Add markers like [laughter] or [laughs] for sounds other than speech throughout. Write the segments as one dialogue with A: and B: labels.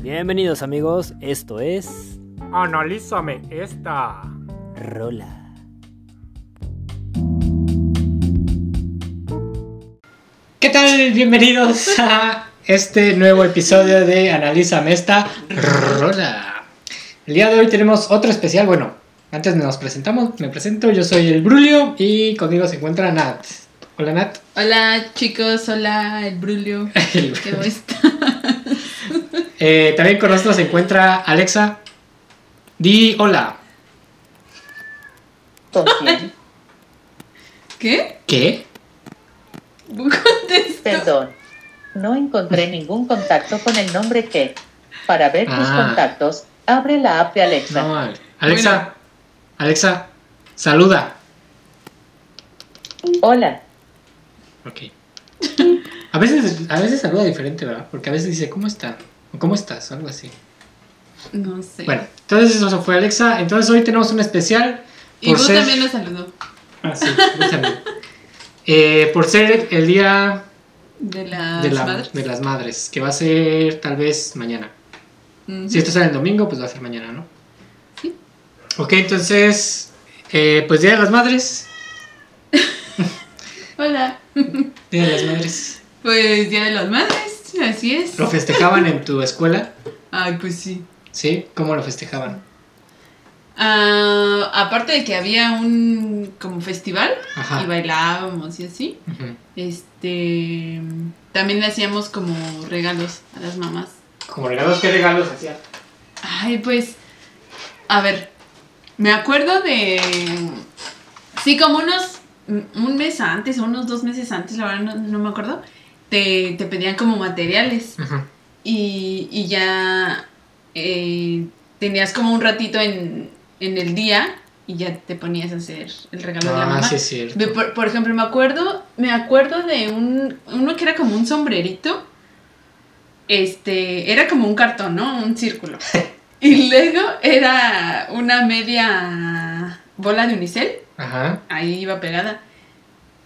A: Bienvenidos amigos, esto es
B: Analízame esta.
A: Rola.
B: ¿Qué tal? Bienvenidos a este nuevo episodio de Analízame esta. Rola. El día de hoy tenemos otro especial. Bueno, antes nos presentamos. Me presento, yo soy el Brulio y conmigo se encuentra Nat. Hola Nat.
C: Hola chicos, hola el Brulio.
B: El-
C: ¿Cómo está?
B: Eh, también con nosotros se encuentra Alexa. Di hola. [laughs]
D: También.
C: ¿Qué? [laughs]
B: ¿Qué?
C: Contesto.
D: Perdón. No encontré
B: [laughs]
D: ningún contacto con el nombre que. Para ver tus
B: Ah.
D: contactos, abre la app de Alexa.
B: No, Ale- Alexa. Alexa, saluda.
D: Hola.
B: Ok. A veces, a veces saluda diferente, ¿verdad? Porque a veces dice, ¿cómo está? O ¿cómo estás? O algo así.
C: No sé.
B: Bueno, entonces eso fue Alexa. Entonces hoy tenemos un especial.
C: y vos
B: ser-
C: también lo saludó.
B: Ah, sí, Gus también. Eh, por ser el día
C: De las
B: de, la-
C: madres.
B: de las madres, que va a ser tal vez mañana.
C: Ujú.
B: Si esto sale el domingo, pues va a ser mañana, ¿no?
C: Sí.
B: Ok, entonces, eh, pues Día de las Madres.
C: Hola.
B: Día de las Madres.
C: Pues Día de las Madres, así es.
B: ¿Lo festejaban en tu escuela?
C: Ay, pues sí.
B: ¿Sí? ¿Cómo lo festejaban?
C: Ah, aparte de que había un como festival
B: Ajá.
C: y bailábamos y así,
B: Ujú.
C: este también le hacíamos como regalos a las mamás.
B: Como regalos, ¿qué regalos hacían?
C: Ay, pues, a ver, me acuerdo de, sí, como unos, un- un mes antes, o unos dos meses antes, la verdad no, no me acuerdo, te, te pedían como materiales
B: Ujú.
C: y, y ya eh, tenías como un ratito en, en el día y ya te ponías a hacer el regalo de la
B: Ah,
C: mamá.
B: sí, es cierto.
C: De por, por ejemplo, me acuerdo, me acuerdo de un, uno que era como un sombrerito. Este, era como un cartón, ¿no? Un círculo. [laughs] Y luego era una media bola de unicel,
B: Ajá,
C: ahí iba pegada.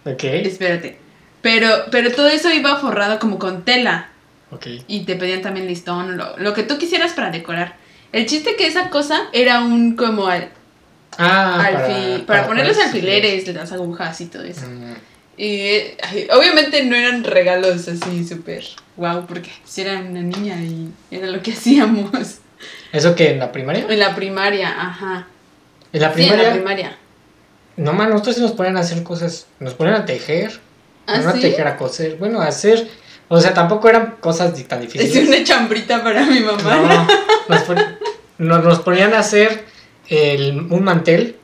B: ok,
C: Espérate. Pero pero todo eso iba forrado como con tela
B: ok.
C: y te pedían también listón, lo, lo que tú quisieras para decorar. El chiste que esa cosa era un como al,
B: Ah,
C: alfi- para, poner los
B: sí.
C: alfileres, las agujas y todo eso.
B: Mm,
C: Y eh, ay, obviamente no eran regalos así súper wow, porque si era una niña y era lo que [laughs] hacíamos
B: ¿Eso que en la primaria?
C: en la primaria, ajá.
B: En la
C: Sí, en
B: primaria,
C: la primaria.
B: no man, nosotros sí nos ponen a hacer cosas, nos ponen a tejer,
C: ¿Ah,
B: no a
C: sí? [laughs]
B: tejer, a coser, bueno, a hacer, o sea, tampoco eran cosas di- tan
C: Hice
B: difíciles.
C: una chambrita para mi mamá.
B: No, nos, pon- no- nos ponían a hacer el- un mantel,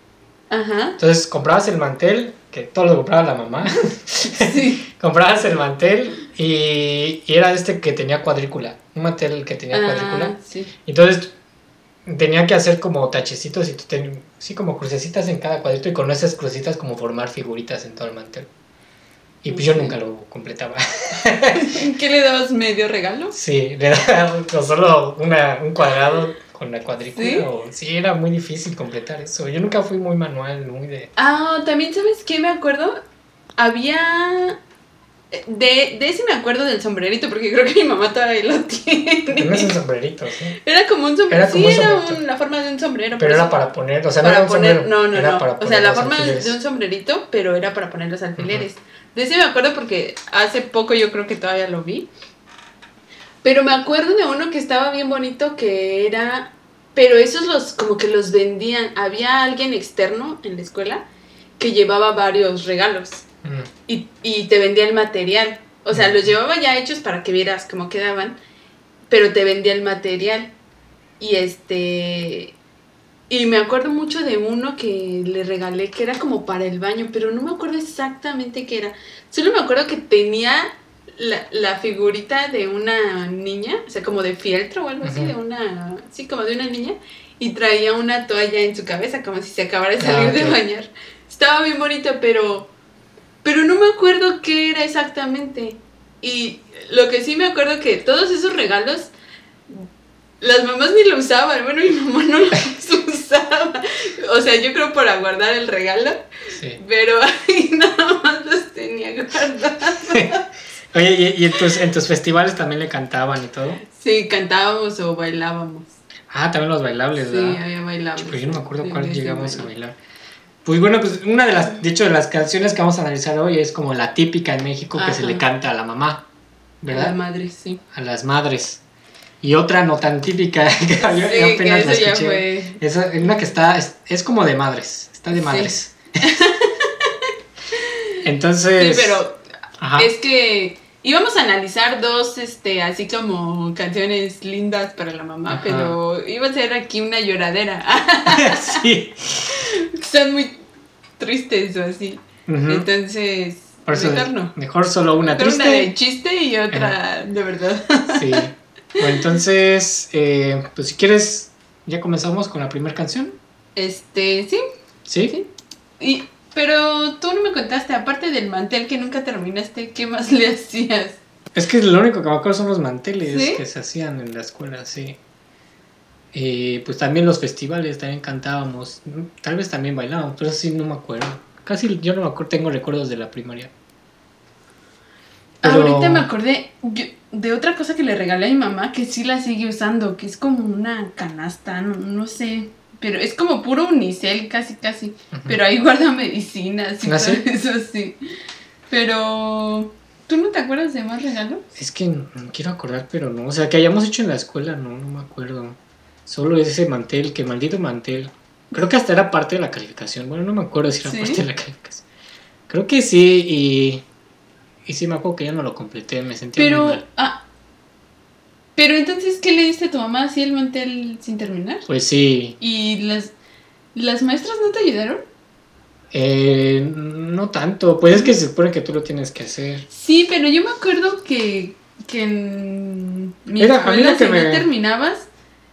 C: Ajá.
B: [laughs] entonces comprabas el mantel, que todo lo compraba la mamá, [laughs]
C: Sí.
B: comprabas el mantel y, y era este que tenía cuadrícula, un mantel que tenía
C: Ah,
B: cuadrícula.
C: sí. [laughs]
B: Entonces tenía que hacer como tachecitos y tú ten- sí, como crucecitas en cada cuadrito y con esas crucecitas como formar figuritas en todo el mantel. Y pues yo
C: Ok.
B: nunca lo completaba. [laughs]
C: ¿Qué le dabas medio regalo?
B: Sí, le daba o solo una, un cuadrado con la cuadrícula.
C: ¿Sí?
B: o- sí, era muy difícil completar eso. Yo nunca fui muy manual, muy de...
C: Ah, también sabes qué me acuerdo. Había... De, de ese me acuerdo del sombrerito, porque creo que mi mamá todavía lo [laughs]
B: No es un
C: tiene.
B: sombrerito, ¿sí?
C: Era como un sombrero.
B: Era como un
C: sí, era
B: sombrerito.
C: un- la forma de un sombrero. por
B: ¿eh? Pero
C: eso-
B: era para poner, o sea, no
C: pues para
B: era un
C: poner,
B: sombrero,
C: no, no,
B: era
C: no.
B: para
C: o sea,
B: poner
C: la
B: los
C: forma de,
B: alfileres.
C: de un sombrerito, pero era para poner los alfileres. De ese me acuerdo porque hace poco yo creo que todavía lo vi. Pero me acuerdo de uno que estaba bien bonito que era, pero esos los como que los vendían. Había alguien externo en la escuela que llevaba varios regalos
B: Mm.
C: y, y te vendía el material. O sea,
B: Ujú.
C: los llevaba ya hechos para que vieras cómo quedaban, pero te vendía el material. Y este. Y me acuerdo mucho de uno que le regalé que era como para el baño, pero no me acuerdo exactamente qué era. Solo me acuerdo que tenía la, la figurita de una niña, o sea, como de fieltro o algo así,
B: Ujú.
C: de una. Sí, como de una niña. Y traía una toalla en su cabeza, como si se acabara de
B: Ah,
C: salir de
B: ok.
C: bañar. Estaba bien bonito, pero. Pero no me acuerdo qué era exactamente. Y lo que sí me acuerdo que todos esos regalos, las mamás ni lo usaban. Bueno, mi mamá no [laughs] los usaba. O sea, yo creo para guardar el regalo,
B: Sí.
C: [laughs] pero ahí nada más los tenía guardados.
B: Oye, y, y en, tus, en tus festivales también le cantaban y todo.
C: Sí, cantábamos o bailábamos.
B: Ah, también los
C: Sí,
B: bailables, ¿verdad?
C: había bailado.
B: Pues yo no me acuerdo
C: Sí,
B: cuál
C: sí,
B: llegamos
C: sí,
B: a
C: bueno.
B: bailar. Pues bueno, pues una de las, de hecho, de las canciones que vamos a analizar hoy es como la típica en México que se
C: Ajá.
B: le canta a la mamá,
C: A la
B: ¿verdad?
C: madre, sí.
B: A las madres. Y otra no tan típica [laughs] que yo
C: Sí,
B: apenas
C: que
B: la
C: eso ya
B: escuché.
C: fue.
B: Esa- una que está, es, es como de madres, está de
C: Sí. [laughs]
B: madres.
C: Sí,
B: Entonces...
C: pero
B: ajá. [laughs]
C: es que íbamos a analizar dos, este, así como canciones lindas para la mamá,
B: Ajá.
C: pero iba a ser aquí una lloradera. [laughs]
B: sí.
C: Son muy tristes o así.
B: Ujú.
C: Entonces,
B: Por eso,
C: mejor no.
B: mejor solo una
C: Mejor
B: triste.
C: Una de chiste y otra de verdad. [laughs]
B: Sí. Bueno, entonces, eh, pues si quieres, ya comenzamos con la primera canción.
C: Este, sí.
B: ¿Sí?
C: Y, pero tú no me contaste, aparte del mantel que nunca terminaste, ¿qué más [laughs] le hacías?
B: Es que lo único que me acuerdo son los manteles
C: ¿Sí?
B: que se hacían en la escuela, sí. Eh, pues también los festivales, también cantábamos. ¿no? Tal vez también bailábamos, pero eso sí no me acuerdo. Casi yo no me acuerdo, tengo recuerdos de la primaria. Pero-
C: Ahorita me acordé yo- de otra cosa que le regalé a mi mamá que sí la sigue usando, que es como una canasta, no, no sé. Pero es como puro unicel, casi, casi.
B: Ujú.
C: Pero ahí guarda medicinas y
B: ¿Ah,
C: todo
B: sí?
C: [laughs] eso, sí. Pero. ¿Tú no te acuerdas de más regalos?
B: Es que no quiero acordar, pero no. O sea, que hayamos hecho en la escuela, no, no me acuerdo. Solo ese mantel, que maldito mantel. Creo que hasta era parte de la calificación. Bueno, no me acuerdo si era
C: ¿Sí?
B: parte de la calificación. Creo que sí, y. Y sí, me acuerdo que ya no lo completé, me sentí muy
C: Pero.
B: mal.
C: Ah, pero entonces, ¿qué le diste a tu mamá así el mantel sin terminar?
B: Pues sí,
C: ¿Y las, las maestras no te ayudaron?
B: eh, no tanto. Pues es que se supone que tú lo tienes que hacer.
C: Sí, pero yo me acuerdo que, que en mi
B: Era- a mí
C: escuela,
B: lo que
C: si
B: me-
C: no terminabas,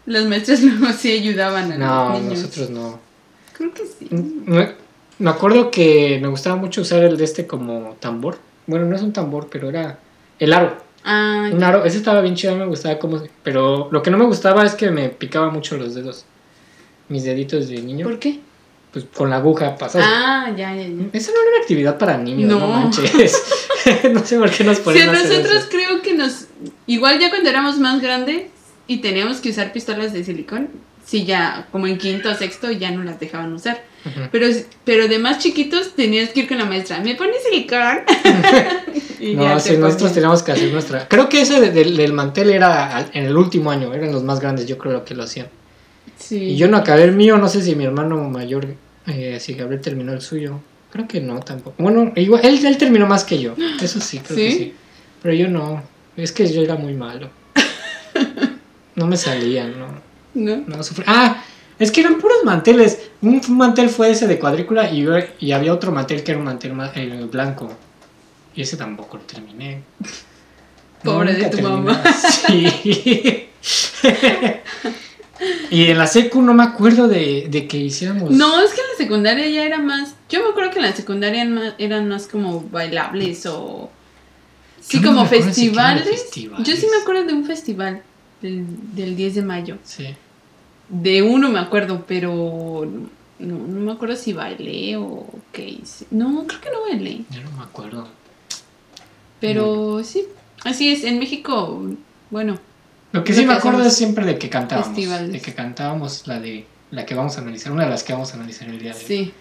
C: las maestras [laughs] luego sí ayudaban a
B: No,
C: los niños.
B: nosotros no.
C: Creo que sí.
B: Me, me acuerdo que me gustaba mucho usar el de este como tambor. Bueno, no es un tambor, pero era el aro.
C: Ah,
B: Un aro, ese estaba bien chido, a mí me gustaba como... Pero lo que no me gustaba es que me picaba mucho los dedos. Mis deditos de niño.
C: ¿por qué?
B: Pues con la aguja pasada.
C: Ah, ya, ya, ya.
B: Esa no era una actividad para niños, no,
C: No.
B: manches.
C: [laughs]
B: [laughs] no sé por qué nos
C: Sí, a
B: ponían a hacer
C: nosotros
B: eso.
C: creo que nos... Igual ya cuando éramos más grandes y teníamos que usar pistolas de silicón, sí ya, como en quinto o sexto, ya no las dejaban usar.
B: Ujú.
C: Pero, pero de más chiquitos tenías que ir con la maestra. ¿Me pones silicón? [laughs] Y
B: No,
C: ya te
B: sí, nosotros
C: ponían.
B: teníamos que hacer nuestra... Creo que ese de- del, del mantel era al- en el último año, eran los más grandes, yo creo lo que lo hacían.
C: Sí.
B: Y yo no acabé el mío, no sé si mi hermano mayor, eh, si Gabriel terminó el suyo. Creo que no tampoco. Bueno, igual, él, él terminó más que yo. Eso sí, creo que
C: ¿Sí?
B: sí. Pero yo no. Es que yo era muy
C: [laughs]
B: malo. No me salía, no.
C: ¿No?
B: no sufrí. Ah, es que eran puros manteles. Un f- mantel fue ese de cuadrícula y, yo- y había otro mantel que era un mantel ma- eh, blanco. Y ese tampoco lo terminé.
C: [laughs] Pobre de
B: Nunca
C: tu
B: terminé.
C: mamá.
B: [laughs] Sí. [laughs] y en la secu no me acuerdo de, de que hiciéramos.
C: No, es que en la secundaria ya era más. Yo me acuerdo que en la secundaria eran más, eran más como bailables o. Sí,
B: Yo no
C: como
B: me acuerdo siquiera de
C: festivales.
B: festivales.
C: Yo sí me acuerdo de un festival del, del 10 de mayo.
B: Sí.
C: De uno me acuerdo, pero. No, no me acuerdo si bailé o qué hice. No, creo que no bailé.
B: Yo no me acuerdo.
C: Pero sí, así es. En México, bueno,
B: Lo que
C: Lo
B: sí
C: que
B: me acuerdo
C: hacemos
B: es siempre de que cantábamos.
C: festivales.
B: De que cantábamos la de la que vamos a analizar, una de las que vamos a analizar el día de hoy.
C: sí,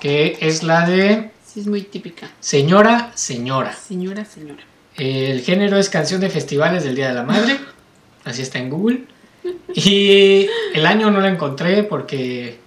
B: Que es la de
C: sí es muy típica.
B: Señora, Señora.
C: Señora, señora.
B: El género es canción de festivales del Día de la Madre. Así está en Google. Y el año no la encontré porque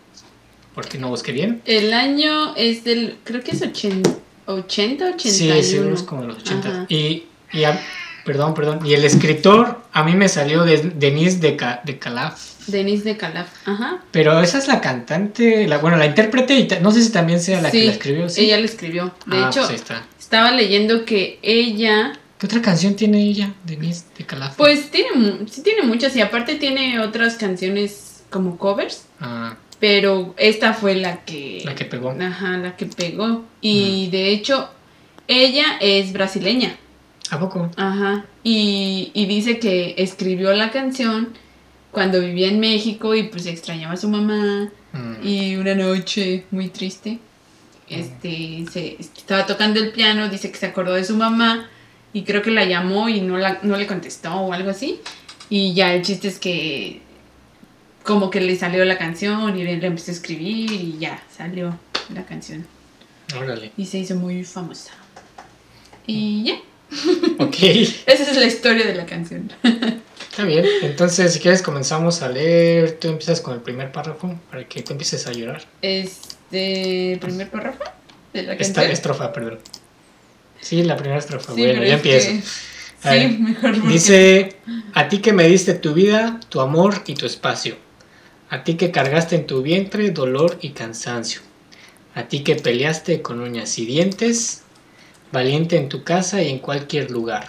B: porque no busqué bien.
C: El año es del, creo que es 80, 80 81.
B: Sí, seguro es como de los 80.
C: Ajá.
B: Y, y a- perdón, perdón. Y el escritor a mí me salió de, Denise de, Ca- de Calaf.
C: Denise de Calaf. Ajá.
B: Pero esa es la cantante, la, bueno, la intérprete y ta- no sé si también sea la que
C: Sí,
B: la escribió. ¿Ah, ¿sí?
C: Ella lo escribió. De
B: Ah,
C: hecho,
B: pues ahí está.
C: estaba leyendo que ella,
B: ¿Qué otra canción tiene ella, Denise de Calaf?
C: pues tiene, mu- sí tiene muchas y aparte tiene otras canciones como covers,
B: Ah,
C: pero esta fue la que,
B: la que pegó.
C: ajá, la que pegó. Y de hecho, ella es brasileña.
B: ¿A poco?
C: Ajá. Y, y dice que escribió la canción cuando vivía en México y pues extrañaba a su mamá.
B: Mm.
C: Y una noche muy triste, este, se estaba tocando el piano, dice que se acordó de su mamá y creo que la llamó y no, la, no le contestó o algo así. Y ya el chiste es que como que le salió la canción y le empezó a escribir y ya salió la canción.
B: Órale.
C: Y se hizo muy famosa. Y ya,
B: Ok,
C: esa es la historia de la canción.
B: está bien. Entonces, si quieres, comenzamos a leer. Tú empiezas con el primer párrafo para que tú empieces a llorar.
C: Este, primer párrafo de la
B: Esta
C: canción.
B: estrofa, perdón. Sí, la primera estrofa.
C: Sí,
B: bueno,
C: pero
B: ya
C: es que-
B: empiezo. A
C: Sí,
B: ver,
C: mejor porque...
B: Dice, a ti que me diste tu vida, tu amor y tu espacio. A ti que cargaste en tu vientre dolor y cansancio. A ti que peleaste con uñas y dientes, valiente en tu casa y en cualquier lugar.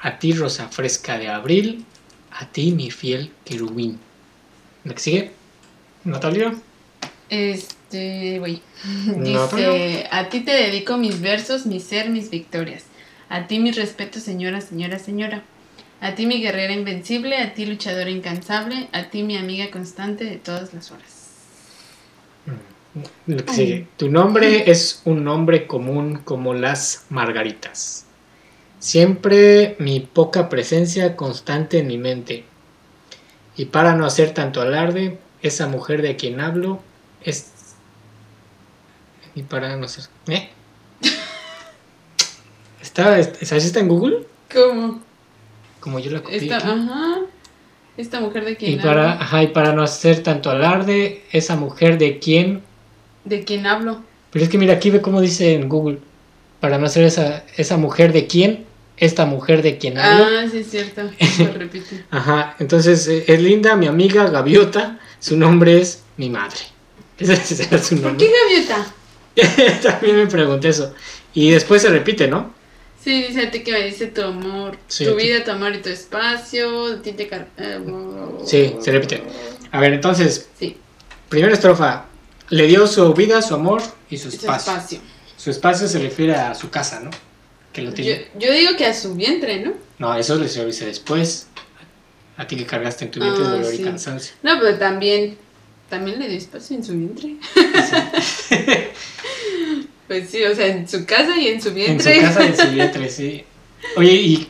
B: A ti rosa fresca de abril, a ti mi fiel querubín. ¿Me sigue? ¿Natalia?
C: Este, güey.
B: No,
C: Dice, a ti te dedico mis versos, mi ser, mis victorias. A ti mi respeto, señora, señora, señora. A ti mi guerrera invencible, a ti luchadora incansable, a ti mi amiga constante de todas las horas.
B: Lo que sigue. Tu nombre es un nombre común como las margaritas. Siempre mi poca presencia constante en mi mente. Y para no hacer tanto alarde, esa mujer de quien hablo es... Y para no ser... ¿Eh? ¿Está, está, está en Google?
C: ¿Cómo?
B: Como yo la copié.
C: Esta,
B: aquí.
C: ajá. Esta mujer de quien
B: y, para,
C: hablo.
B: ajá, y para no hacer tanto alarde, esa mujer de quien
C: De quien hablo.
B: Pero es que mira, aquí ve cómo dice en Google. Para no ser esa, esa mujer de quién, esta mujer de quien hablo.
C: Ah, sí es cierto.
B: [laughs]
C: Lo repito.
B: Ajá, entonces eh, es linda, mi amiga Gaviota. Su nombre es mi madre. [laughs] Ese será su
C: ¿Por qué
B: nombre. [laughs]
C: gaviota?
B: También me pregunté eso. Y después se repite, ¿no?
C: Sí, dice a ti que me dice tu amor,
B: Sí,
C: tu
B: a ti.
C: vida, tu amor y tu espacio. A ti te car- eh, bo-
B: Sí, se repite. A ver, entonces,
C: Sí,
B: primera estrofa. Le dio su vida, su amor y su
C: su
B: espacio.
C: espacio.
B: Su espacio se refiere a su casa, ¿no? Que lo
C: Yo,
B: tiene.
C: yo digo que a su vientre, ¿no?
B: No, eso le dice después. A ti que cargaste en tu vientre
C: Ah,
B: dolor
C: sí.
B: y cansancio.
C: No, pero también, también le dio espacio en su
B: [laughs]
C: vientre. pues sí, o sea, en su casa y en su
B: En su
C: vientre.
B: casa, en su vientre, sí. Oye, y.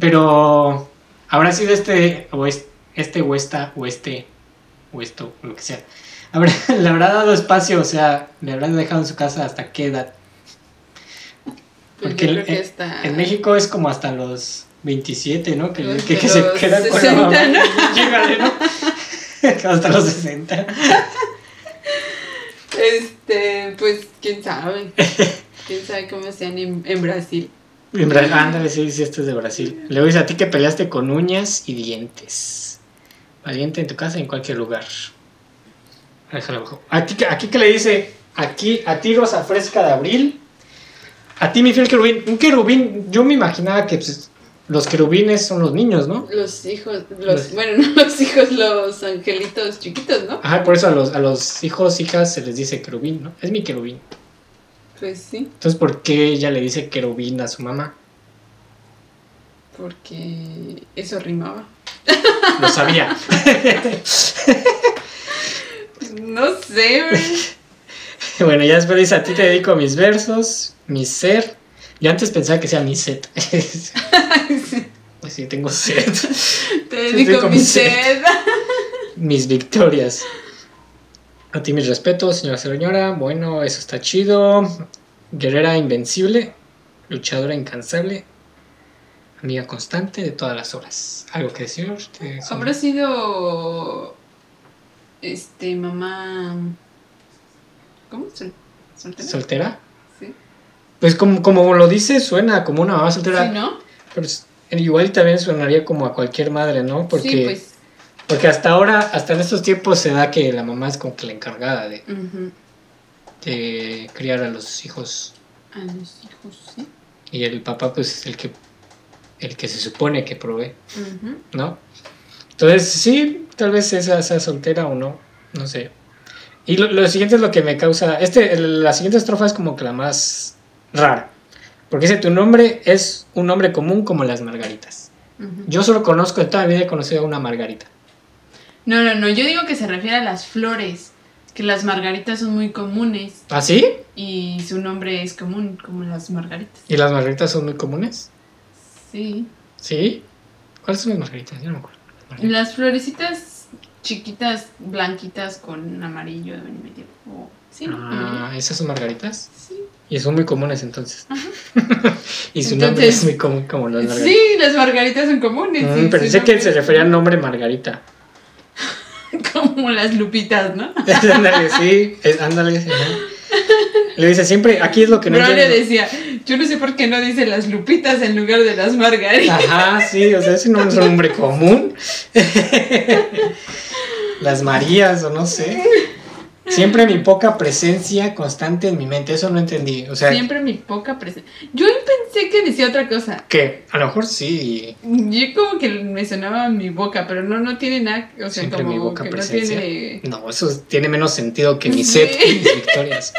B: Pero. ¿Habrá sido este o es- este o esta o este o esto o lo que sea? ¿Habrá- [laughs] ¿Le habrá dado espacio? O sea, ¿le habrán dejado en su casa hasta qué edad?
C: [laughs] Pues
B: Porque
C: yo creo
B: en-
C: que está...
B: En México es como hasta los 27, ¿no? Que,
C: Los
B: que-
C: de
B: que se
C: los
B: quedan con la
C: 60,
B: mamá. [laughs]
C: ¿no?
B: Llégale, ¿no? hasta los 60.
C: Este, pues,
B: [laughs]
C: quién sabe. Quién sabe cómo sean en, en Brasil.
B: En Brasil, ándale, sí, sí, esto "Este es de Brasil. Luego dice a ti que peleaste con uñas y dientes. Valiente en tu casa, en cualquier lugar. Déjalo abajo. A ti que- Aquí, que le dice, aquí, a ti rosa fresca de abril. A ti mi fiel querubín. Un querubín, yo me imaginaba que pues, los querubines son los niños, ¿no?
C: Los hijos, los,
B: Los-
C: bueno, [laughs] no los hijos, los angelitos chiquitos, ¿no?
B: Ajá, por eso a los, a los hijos, hijas se les dice querubín, ¿no? Es mi querubín.
C: Pues sí,
B: Entonces, ¿por qué ella le dice querubín a su mamá?
C: porque eso rimaba.
B: Lo sabía.
C: No sé, güey.
B: [laughs] Bueno, ya después dice, a ti te dedico mis versos, mi ser. Yo antes pensaba que sea mi
C: [laughs]
B: set. [laughs] pues sí, tengo set.
C: Te
B: Sí,
C: dedico
B: con
C: mi
B: mi sed.
C: sed.
B: Mis victorias. A ti mis respetos, señora señora. Bueno, eso está chido. Guerrera invencible, luchadora incansable, amiga constante de todas las horas. ¿Algo que decir? Eh, son-
C: [laughs] Habrá sido. Este, mamá. ¿Cómo? Sol- ¿Soltera?
B: ¿Soltera?
C: Sí.
B: Pues como, como lo dice, suena como una mamá soltera.
C: Sí, ¿no?
B: Pero es- igual también sonaría como a cualquier madre, ¿no? Porque...
C: Sí, pues.
B: Porque hasta ahora, hasta en estos tiempos se da que la mamá es como que la encargada de,
C: ujú,
B: de criar a los hijos
C: A los hijos, sí.
B: y el papá pues es el que el que se supone que provee,
C: ujú.
B: ¿no? Entonces sí, tal vez esa sea soltera o no, no sé. Y lo, lo siguiente es lo que me causa, este, el- la siguiente estrofa es como que la más rara, porque dice tu nombre es un nombre común como las margaritas.
C: ujú.
B: Yo solo conozco, en toda mi vida he conocido a una margarita.
C: No, no, no. Yo digo que se refiere a las flores. Que las margaritas son muy comunes.
B: ¿Ah, sí?
C: Y su nombre es común, como las margaritas.
B: ¿Y las margaritas son muy comunes?
C: Sí.
B: ¿Sí? ¿Cuáles son las margaritas? Yo no me acuerdo. Las margaritas.
C: Las florecitas chiquitas, blanquitas con amarillo en medio. o- sí, ¿no?
B: Ah, ¿esas son margaritas?
C: Sí.
B: Y son muy comunes entonces. [laughs] y su
C: Entonces-
B: nombre es muy común como las margaritas.
C: Sí, las margaritas son comunes.
B: Mm,
C: sí,
B: pensé
C: sí,
B: que
C: no-
B: se refería al nombre Margarita.
C: [laughs]
B: [laughs]
C: Como las lupitas, ¿no?
B: ándale, sí, es- ándale. ajá. Le dice siempre, aquí es lo que no
C: Braulio
B: entiendo.
C: decía, yo no sé por qué no dice las lupitas en lugar de las [laughs] margaritas.
B: Ajá, sí, o sea, ese no es un nombre común. [laughs] Las Marías, o no sé. Siempre mi poca presencia constante en mi mente, eso no entendí. O sea,
C: Siempre mi poca presencia. Yo pensé que decía otra cosa.
B: que a lo mejor sí.
C: Yo como que me sonaba mi boca, pero no, no tiene nada, o sea,
B: Siempre
C: como
B: mi boca
C: que
B: presencia.
C: no tiene...
B: No, eso tiene menos sentido que mi
C: Sí.
B: set y mis victorias.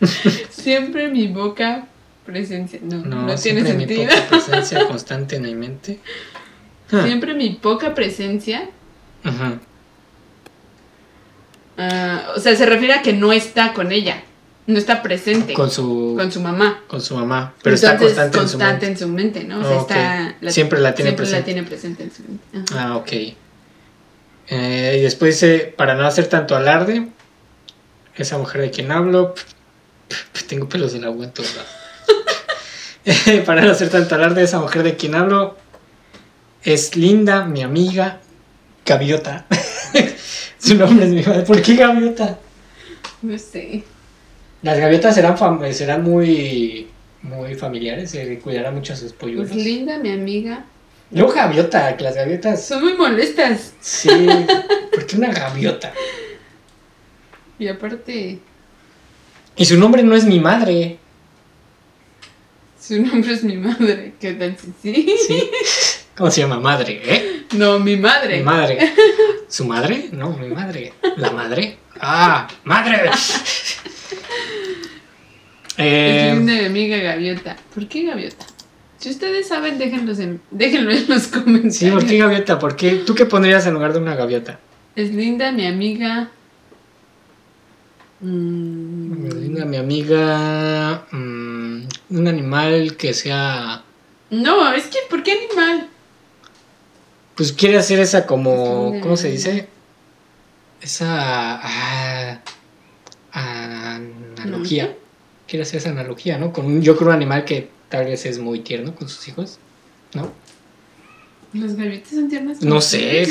C: [laughs] Siempre mi boca presencia. No, [laughs] no,
B: No,
C: tiene
B: siempre
C: sentido.
B: mi poca presencia constante en mi mente. Ah,
C: [laughs] Siempre mi poca presencia.
B: ajá.
C: ah, o sea, se refiere a que no está con ella. No está presente
B: Con
C: con,
B: su,
C: su mamá.
B: con su mamá, pero está
C: Entonces,
B: constante,
C: constante
B: en
C: en su mente, ¿no? O
B: Ah,
C: sea,
B: ok.
C: está, la,
B: Siempre la tiene
C: siempre
B: presente.
C: la tiene presente en su mente.
B: su
C: Ajá.
B: mente. Ah, ok. Eh, y después dice, para no hacer tanto alarde, esa mujer de quien hablo, [laughs] p- p- p- tengo pelos del agua en todos lados. Eh, [laughs] para no hacer tanto alarde, esa mujer de quien hablo es linda, mi amiga, Gaviota. [laughs] su nombre es mi madre. ¿Por qué Gaviota? Ah.
C: No sé.
B: Las gaviotas serán, fam- serán muy, muy familiares, se cuidarán mucho a sus polluelos.
C: Es Pues linda mi amiga.
B: Luego gaviota, que las gaviotas.
C: Son muy molestas.
B: Sí. ¿Por qué una gaviota?
C: Y aparte,
B: Y su nombre no es mi madre.
C: su nombre es mi madre. ¿Qué tal si sí? [laughs]
B: Sí. [laughs] ¿Cómo se llama? Madre, ¿eh?
C: No, mi madre.
B: Mi
C: [laughs]
B: madre. ¿Su madre? No, mi madre. ¿La madre? ¡Ah!
C: [laughs]
B: ¡Madre!
C: Es
B: Eh,
C: linda mi amiga Gaviota. ¿Por qué Gaviota? Si ustedes saben, déjenlos en- déjenlo en los comentarios.
B: sí, ¿por qué gaviota? ¿Por qué? ¿Tú qué pondrías en lugar de una gaviota?
C: Es linda mi amiga. Mm,
B: Linda, mi amiga. mm, un animal que sea.
C: No, es que ¿por qué animal?
B: Pues quiere hacer esa como.
C: Linda.
B: ¿Cómo se dice? Esa. ah, analogía. Quiere hacer esa analogía, ¿no? Con un, yo creo un animal que tal vez es muy tierno con sus hijos. ¿No?
C: ¿Los gaviotas son tiernas?
B: No sé.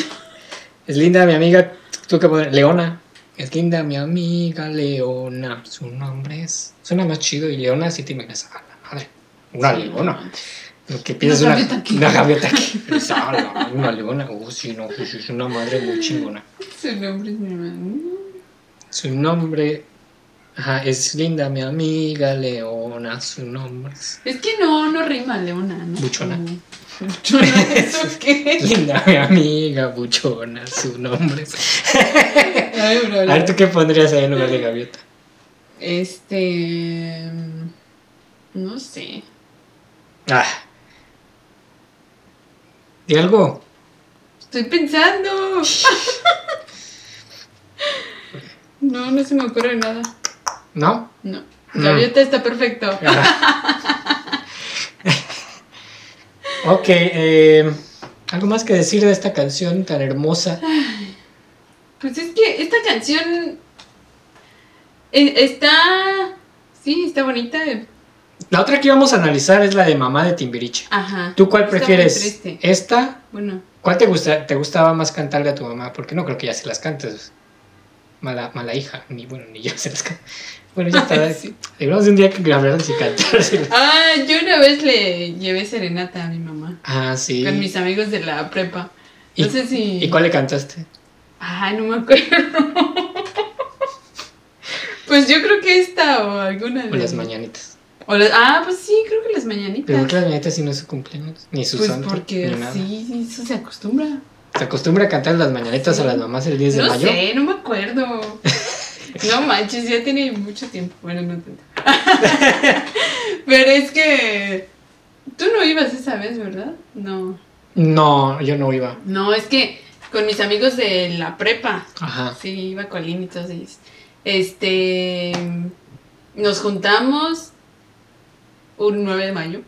B: Es linda mi amiga. ¿Tú qué poner? Leona. Es linda mi amiga Leona. Su nombre es. Suena más chido. Y Leona sí te imaginas. A la madre. Una
C: Sí,
B: leona.
C: no.
B: Lo que piensas
C: Una
B: una,
C: gaviota aquí.
B: una gaviota aquí. [laughs] Dices, "Ah, la madre, una leona. Oh, sí, no. pues Es una madre muy chingona.
C: Su nombre es mi madre.
B: Su nombre. Ajá, es linda mi amiga Leona. Su nombre es.
C: Es que no, no rima Leona, ¿no?
B: Buchona.
C: Como- Buchona, [laughs] ¿eso
B: [laughs]
C: qué?
B: Linda mi amiga Buchona. Su nombre es.
C: Ay, bro,
B: A ver, ¿tú qué pondrías ahí en lugar de gaviota?
C: Este. mm, No sé.
B: Ah. ¿Y algo?
C: Estoy pensando. [laughs] No, no se me ocurre nada.
B: ¿No?
C: No.
B: Mm.
C: Gaviota está perfecto.
B: Ah. [laughs] ok, eh, ¿algo más que decir de esta canción tan hermosa?
C: Pues es que esta canción eh, está. Sí, está bonita.
B: La otra que íbamos a analizar es la de Mamá de Timbiriche.
C: Ajá.
B: ¿Tú cuál
C: Está muy
B: prefieres?
C: triste.
B: ¿Esta?
C: Bueno,
B: ¿Cuál te, gusta, te gustaba más cantarle a tu mamá? Porque no creo que ya se las cantes. Mala, mala hija, ni bueno, ni yo se las canto. Bueno, ya
C: [laughs]
B: está.
C: Sí.
B: Deberíamos de un día que grabaran y cantárselas.
C: ah, yo una vez le llevé serenata a mi mamá
B: Ah, sí.
C: con mis amigos de la prepa.
B: ¿Y-
C: No sé si.
B: ¿Y cuál le cantaste?
C: Ah, no me acuerdo. [laughs] pues yo creo que esta o alguna de
B: O las mañanitas.
C: o las- ah, pues sí, creo que las mañanitas.
B: Pero claro, la neta si no es su cumpleaños, ni su
C: Ah. pues
B: santo,
C: porque
B: ni nada.
C: sí, eso se acostumbra.
B: Se acostumbra a cantar las mañanitas
C: Sí.
B: a las mamás el 10 de
C: no
B: mayo.
C: sé, no me
B: [laughs]
C: acuerdo. no manches, ya tiene mucho tiempo. Bueno, no tanto. [laughs] Pero es que tú no ibas esa vez, ¿verdad? No.
B: No, yo no iba.
C: No, es que con mis amigos de la prepa.
B: Ajá.
C: Sí, iba Colín y todos ellos. Este. Nos juntamos un 9 de mayo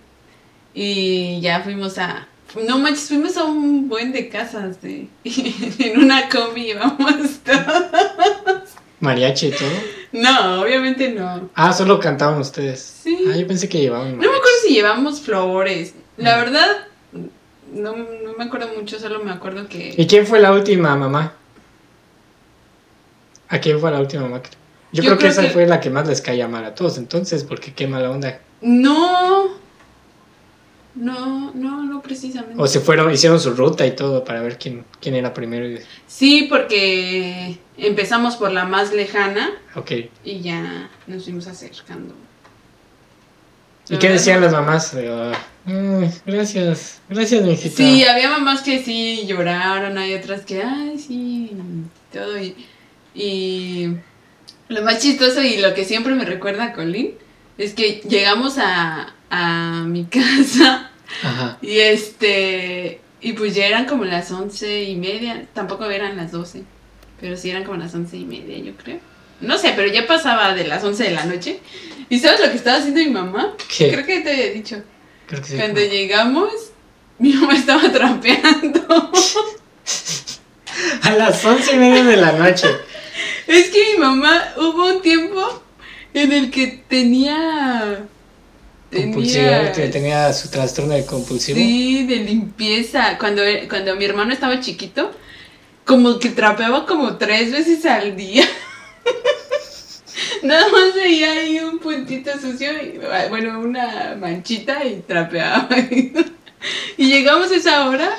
C: Y ya fuimos a. No manches, fuimos a un buen de casas de. [laughs] en una combi íbamos [laughs] todos.
B: Mariachi y todo.
C: No, obviamente no.
B: Ah, solo cantaban ustedes.
C: Sí.
B: Ah, yo pensé que llevaban.
C: No me
B: mariachi.
C: acuerdo si llevamos flores. La
B: Mm.
C: verdad, no, no me acuerdo mucho, solo me acuerdo que.
B: ¿Y quién fue la última mamá? ¿A quién fue la última mamá? Yo, creo, que esa fue la que más les caía mal a todos, entonces, porque qué mala onda.
C: No. No, no, no precisamente.
B: O se fueron, hicieron su ruta y todo para ver quién, quién era primero. Y,
C: Sí, porque empezamos por la más lejana
B: ok. ¿Y
C: y ya nos fuimos acercando.
B: qué decían las mamás? Digo, "Mm, gracias, gracias, mijita.
C: Sí, había mamás que sí lloraron, hay otras que, ay, sí, todo. Y, y lo más chistoso y lo que siempre me recuerda a Colín es que llegamos a, a mi [laughs] casa
B: Ajá.
C: y este, y pues ya eran como las once y media, tampoco eran las doce, pero sí eran como las once y media, yo creo. No sé, pero ya pasaba de las once de la noche. ¿Y sabes lo que estaba haciendo mi mamá?
B: ¿Qué?
C: Creo que te había dicho.
B: Creo que sí.
C: Cuando llegamos, mi mamá estaba [laughs] trampeando.
B: A las once y media de la noche. [laughs]
C: Es que mi mamá hubo un tiempo en el que tenía.
B: Compulsivo, que tenía su trastorno de compulsivo.
C: Sí, de limpieza. Cuando, cuando mi hermano estaba chiquito, como que trapeaba como tres veces al día. [laughs] Nada más veía ahí un puntito sucio, y, bueno, una manchita y trapeaba. [laughs] y llegamos a esa hora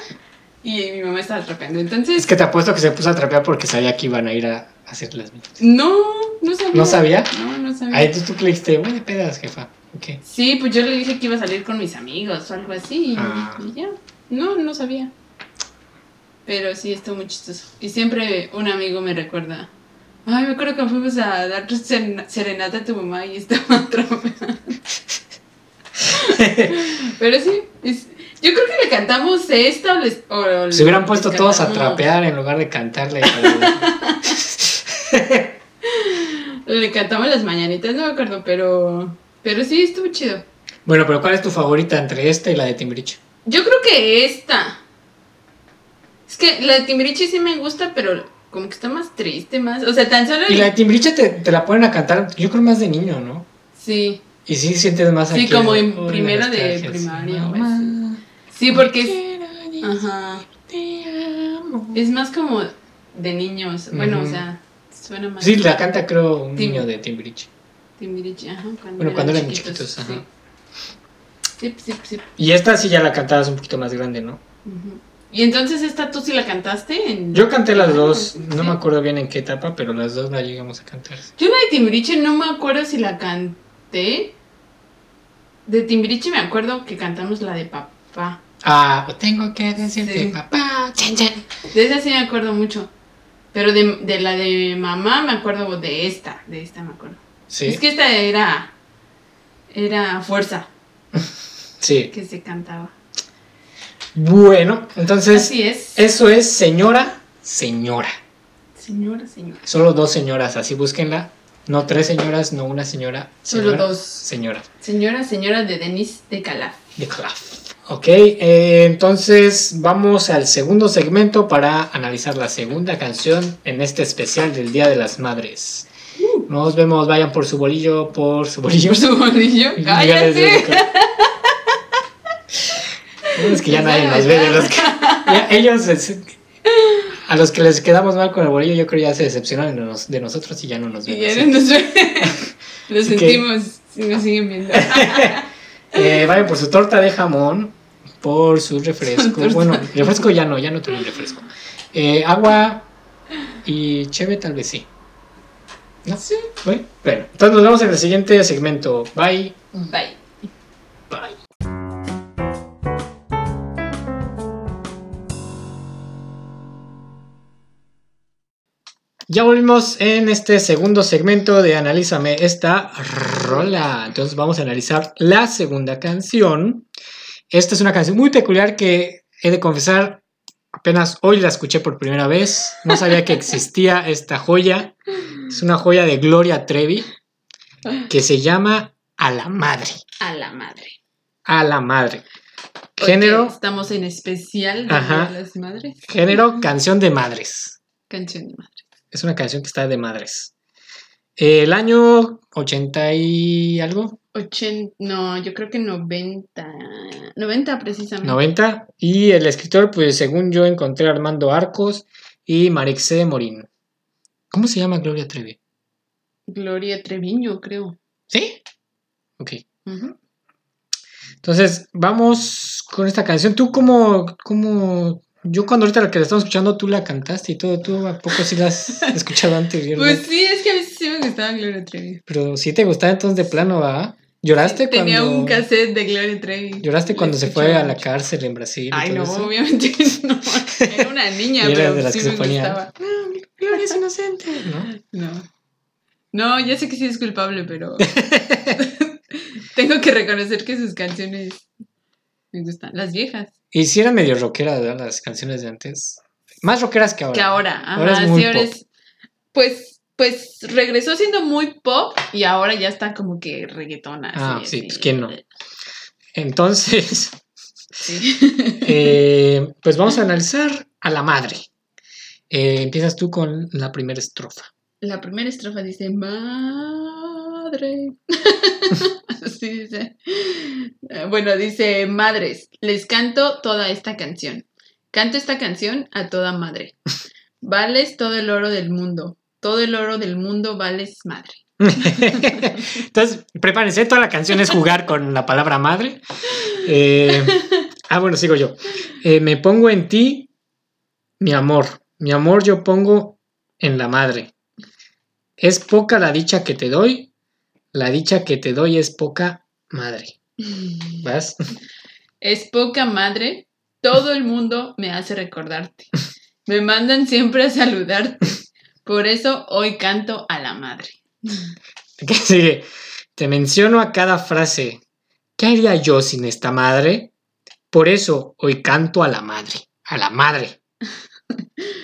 C: y mi mamá estaba trapeando. Entonces,
B: Es que te apuesto que se puso a trapear porque sabía que iban a ir a hacer las mismas.
C: no, no sabía.
B: ¿No sabía?
C: No, no sabía.
B: Ahí tú, tú que le dijiste, voy de pedas, jefa. Ok.
C: Sí, pues yo le dije que iba a salir con mis amigos o algo así y,
B: Ah.
C: y ya. No, no sabía. Pero sí, estuvo muy chistoso. Y siempre un amigo me recuerda. Ay, me acuerdo que fuimos a dar seren- serenata a tu mamá y estaba [laughs] trapeando. Pero sí, es- yo creo que le cantamos esta o les... o- o
B: Se
C: le-
B: hubieran puesto
C: le
B: todos a
C: cantamos-
B: trapear en lugar de cantarle. pero-
C: Le cantamos las mañanitas, no me acuerdo, pero... Pero sí, estuvo chido.
B: [laughs] bueno, pero ¿cuál es tu favorita entre esta y la de Timbiriche?
C: Yo creo que esta. Es que la de Timbiriche sí me gusta, pero como que está más triste, más. O sea, tan solo.
B: Y
C: el-
B: la de Timbiriche te, te la ponen a cantar, yo creo más de niño, ¿no?
C: Sí.
B: Y sí sientes más
C: Sí,
B: aquí
C: como
B: el-
C: en
B: oh, la
C: primero de
B: nostalgia, sí.
C: primaria, pues.
B: Mamá,
C: Sí, porque es.
B: quiero decir
C: Ajá.
B: te amo.
C: Es más como de niños. Bueno, o
B: Ujú.
C: sea, suena más.
B: Sí, la canta creo un niño
C: Tim-
B: de Timbiriche.
C: Timbiriche, ajá. Cuando
B: Bueno, cuando eran chiquitos,
C: sí.
B: ajá.
C: Sí, sí, sí.
B: Y esta sí ya la cantabas un poquito más grande, ¿no?
C: Ujú. Y entonces esta tú sí la cantaste en.
B: Yo canté las dos,
C: Sí.
B: no me acuerdo bien en qué etapa, pero las dos la llegamos a cantar.
C: Yo la de Timbiriche no me acuerdo si la canté. De Timbiriche me acuerdo que cantamos la de papá.
B: Ah, tengo que decirte,
C: Sí.
B: papá. chan, chan.
C: De esa sí me acuerdo mucho. Pero de, de la de mamá me acuerdo de esta. De esta me acuerdo.
B: Sí,
C: Es que esta era. Era fuerza
B: sí.
C: que se cantaba.
B: Bueno, entonces,
C: Así es.
B: eso es señora, señora.
C: Señora, señora.
B: Solo dos señoras, así búsquenla. No tres señoras, no una señora.
C: Solo
B: señora,
C: dos.
B: Señora
C: Señora, señora de Denise de Calaf.
B: de Calaf. Ok, eh, entonces vamos al segundo segmento para analizar la segunda canción en este especial del Día de las Madres.
C: Uh.
B: Nos vemos, vayan por su bolillo, por su bolillo. [laughs]
C: [laughs] Por su bolillo.
B: Y ya les digo
C: ¡Cállate!
B: [laughs] que- Es que ya
C: Les
B: nadie
C: van a
B: nos ve de
C: matar.
B: los que- ya ellos se- a los que les quedamos mal con el bolillo, yo creo ya se decepcionaron de, nos- de nosotros y ya no nos
C: [laughs] Y
B: ven.
C: ya
B: así.
C: no
B: [laughs]
C: nos ve. Lo
B: Así que-
C: sentimos. Si nos
B: [laughs]
C: siguen viendo.
B: Eh, vayan por su torta de jamón, por su refresco.
C: torta.
B: Bueno, refresco ya no, ya no tuve refresco. Eh, agua y cheve tal vez sí. ¿No?
C: Sí.
B: Bueno, bueno, entonces nos vemos en el siguiente segmento. Bye.
C: Bye.
B: Bye. Ya volvimos en este segundo segmento de Analízame esta rola. Entonces vamos a analizar la segunda canción. Esta es una canción muy peculiar que he de confesar, apenas hoy la escuché por primera vez. No sabía que existía esta joya. Es una joya de Gloria Trevi que se llama A la Madre.
C: A la madre.
B: A la Madre.
C: Porque
B: Género.
C: Estamos en especial de
B: Ajá.
C: las madres.
B: Género, canción de madres.
C: Canción de madre.
B: Es una canción que está de madres. El año 80 y algo,
C: Ochen- no, yo creo que 90. 90 precisamente.
B: 90. Y el escritor, pues según yo encontré a Armando Arcos y Marixé de Morín. ¿Cómo se llama Gloria Trevi?
C: Gloria Treviño, creo.
B: ¿Sí? Ok.
C: Ujú.
B: Entonces, vamos con esta canción. Tú como, como, yo cuando ahorita la que la estamos escuchando, tú la cantaste y todo, tú a poco sí la
C: [laughs]
B: has escuchado antes, ¿verdad?
C: Pues sí, es que a veces sí me gustaba Gloria Trevi.
B: Pero si te gustaba entonces de plano, ¿va? ¿Lloraste
C: Tenía
B: cuando,
C: un cassette de Gloria Trevi.
B: lloraste
C: La
B: cuando se fue
C: escuchaba
B: a la
C: mucho.
B: cárcel en Brasil? y
C: Ay,
B: todo
C: no,
B: eso?
C: obviamente [laughs] no. Era una niña,
B: [laughs] Y era
C: pero
B: de las
C: sí
B: que se
C: me
B: ponían.
C: gustaba.
B: Gloria es inocente, [laughs] ¿no?
C: No. No, ya sé que sí es culpable,
B: [laughs]
C: pero. [laughs] Tengo que reconocer que sus canciones me gustan. Las viejas.
B: Y si eran medio rockeras, ¿verdad? Las canciones de antes. Más rockeras que ahora.
C: Que ahora. Ajá,
B: Ahora es muy
C: sí, ahora
B: pop.
C: es- Pues, pues regresó siendo muy pop y ahora ya está como que reggaetona.
B: Ah,
C: así,
B: sí,
C: así.
B: pues, ¿quién no? Entonces,
C: Sí.
B: [laughs] eh, pues vamos a analizar a la madre. Eh, empiezas tú con la primera estrofa.
C: La primera estrofa dice, [laughs] madre. Así dice. Eh, Bueno, dice, madres, les canto toda esta canción. Canto esta canción a toda madre. Vales todo el oro del mundo. Todo el oro del mundo vales madre.
B: [laughs] Entonces, prepárense, toda la canción es jugar con la palabra madre. Eh, ah, bueno, sigo yo. Eh, me pongo en ti, mi amor. Mi amor yo pongo en la madre. Es poca la dicha que te doy. La dicha que te doy es poca madre. ¿Vas?
C: Es poca madre. Todo el mundo me hace recordarte. Me mandan siempre a saludarte. Por eso hoy canto a la madre.
B: [laughs] ¿Qué sigue? Te menciono a cada frase. ¿Qué haría yo sin esta madre? Por eso hoy canto a la madre. A la madre.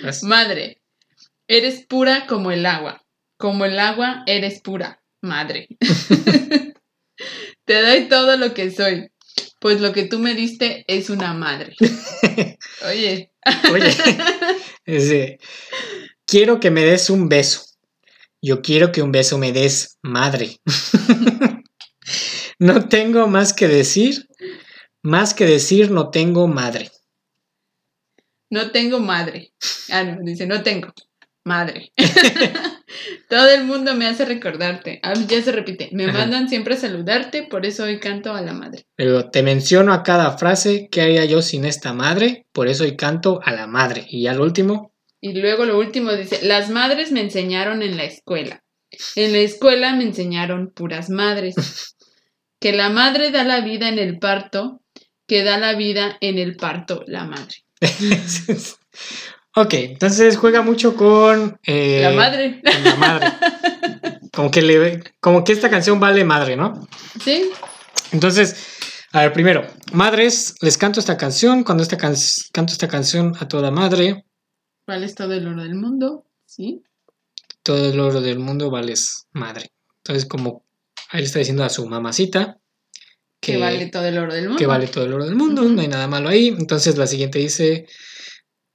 B: ¿Vas?
C: Madre, eres pura como el agua. Como el agua eres pura, madre. [laughs] Te doy todo lo que soy, pues lo que tú me diste es una madre. Oye,
B: [laughs]
C: [laughs]
B: Oye, ese, quiero que me des un beso. Yo quiero que un beso me des, madre. [laughs] no tengo más que decir. Más que decir, no tengo madre.
C: no tengo madre. Ah, no, dice, no tengo madre. [laughs] todo el mundo me hace recordarte. Ah, ya se repite. Me
B: Ajá.
C: mandan siempre a saludarte, por eso hoy canto a la madre.
B: Pero te menciono a cada frase que haría yo sin esta madre. Por eso hoy canto a la madre. Y al último,
C: Y luego lo último dice, las madres me enseñaron en la escuela. En la escuela me enseñaron
B: [laughs]
C: puras madres. Que la madre da la vida en el parto, que da la vida en el parto la madre.
B: [laughs] ok, entonces juega mucho con eh,
C: la madre. [laughs]
B: con la madre. Como que, le, como que esta canción vale madre, ¿no?
C: Sí,
B: Entonces, a ver, primero, madres, les canto esta canción. Cuando esta can- canto esta canción a toda madre,
C: vale todo el oro del mundo. Sí.
B: todo el oro del mundo vales madre. Entonces, como ahí le está diciendo a su mamacita
C: Que,
B: que,
C: vale todo el oro del mundo.
B: que vale todo el oro del mundo, no hay nada malo ahí. Entonces, la siguiente dice: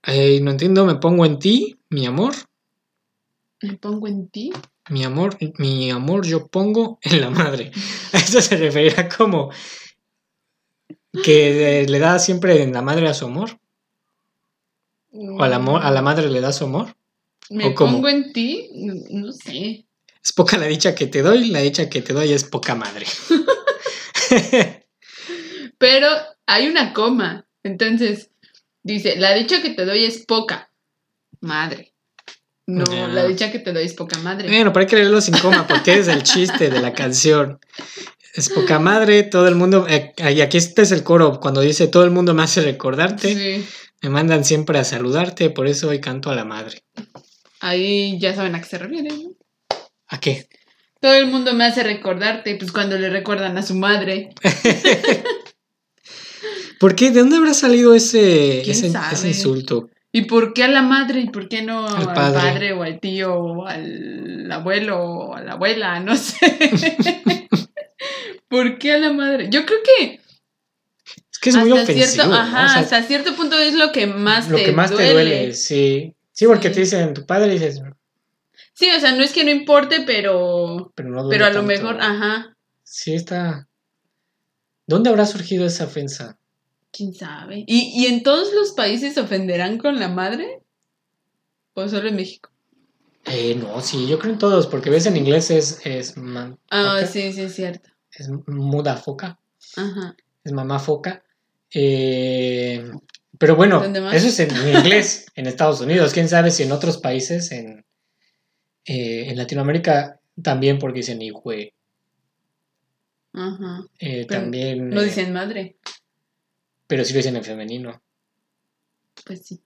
B: "Ay, No entiendo, me pongo en ti, mi amor.
C: Me pongo en ti.
B: Mi amor, mi amor yo pongo en la madre. [laughs] A eso se referirá como que eh, le da siempre en la madre a su amor. ¿O al amor, a la madre le da su amor?
C: Me
B: ¿o cómo?
C: pongo en ti. No, no sé.
B: Es poca la dicha que te doy, la dicha que te doy es poca madre. [laughs]
C: Pero hay una coma. Entonces, dice, la dicha que te doy es poca. Madre. No,
B: Ah.
C: la dicha que te doy es poca madre.
B: Bueno, pero hay que leerlo sin coma porque es el chiste de la canción. Es poca madre, todo el mundo... eh, y aquí este es el coro, cuando dice todo el mundo me hace recordarte,
C: Sí.
B: me mandan siempre a saludarte, por eso hoy canto a la madre.
C: Ahí ya saben a qué se refiere. ¿no?
B: ¿A qué?
C: Todo el mundo me hace recordarte, pues cuando le recuerdan a su madre.
B: ¿Por qué? ¿De dónde habrá salido ese,
C: ¿Quién
B: ese,
C: sabe?
B: ese insulto?
C: ¿Y por qué a la madre? ¿Y por qué no
B: Al
C: al
B: padre.
C: padre. o al tío o al abuelo o a la abuela?
B: [laughs]
C: No sé. ¿Por qué a la madre? Yo creo que
B: Es que es muy
C: hasta
B: ofensivo.
C: Cierto,
B: ¿no?
C: ajá,
B: O sea,
C: hasta cierto punto es lo que más,
B: lo
C: te,
B: que más
C: duele.
B: te duele, sí. Sí, porque
C: Sí.
B: te dicen tu padre y dices,
C: Sí, o sea, no es que no importe, pero.
B: pero no duele
C: Pero a
B: tanto".
C: lo mejor, ajá.
B: Sí, está. ¿Dónde habrá surgido esa ofensa?
C: ¿Quién sabe? ¿Y, ¿Y en todos los países se ofenderán con la madre? ¿O solo en México?
B: Eh, no, sí, yo creo en todos, porque ves en inglés es, es, man-
C: Ah,
B: foca,
C: sí, sí, es cierto.
B: es muda foca,
C: Ajá.
B: es mamá foca. Eh, pero bueno,
C: ¿Dónde más?
B: eso es en
C: [laughs]
B: inglés, en Estados Unidos. Quién sabe si en otros países, en, eh, en Latinoamérica también, porque dicen hijue.
C: Ajá.
B: eh,
C: Pero
B: también.
C: No
B: eh,
C: dicen madre.
B: Pero sí lo dicen en femenino. [laughs]
C: Pues sí.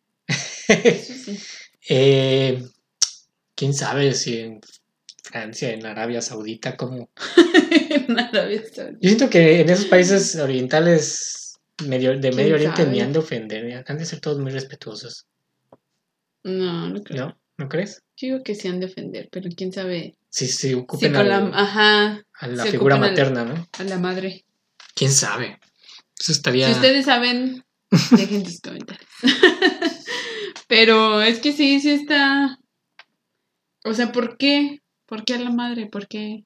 C: Eso [laughs] sí.
B: Eh, quién sabe si en Francia, en Arabia Saudita, como.
C: en Arabia Saudita.
B: Yo siento que en esos
C: [laughs]
B: países orientales medio, de Medio Oriente
C: sabe?
B: ni han de ofender, ni han de ser todos muy respetuosos,
C: No, no creo.
B: ¿no? ¿No crees?
C: Yo digo que se han de ofender, pero quién sabe.
B: Si se
C: Sí,
B: ocupen
C: con la,
B: al-
C: ajá,
B: a la
C: se
B: figura
C: ocupan al-
B: materna, ¿no?
C: a la madre.
B: ¿Quién sabe? Eso estaría...
C: Si ustedes saben, dejen sus comentarios. [laughs] Pero es que sí, sí está. O sea, ¿por qué? ¿Por qué a la madre? ¿Por qué?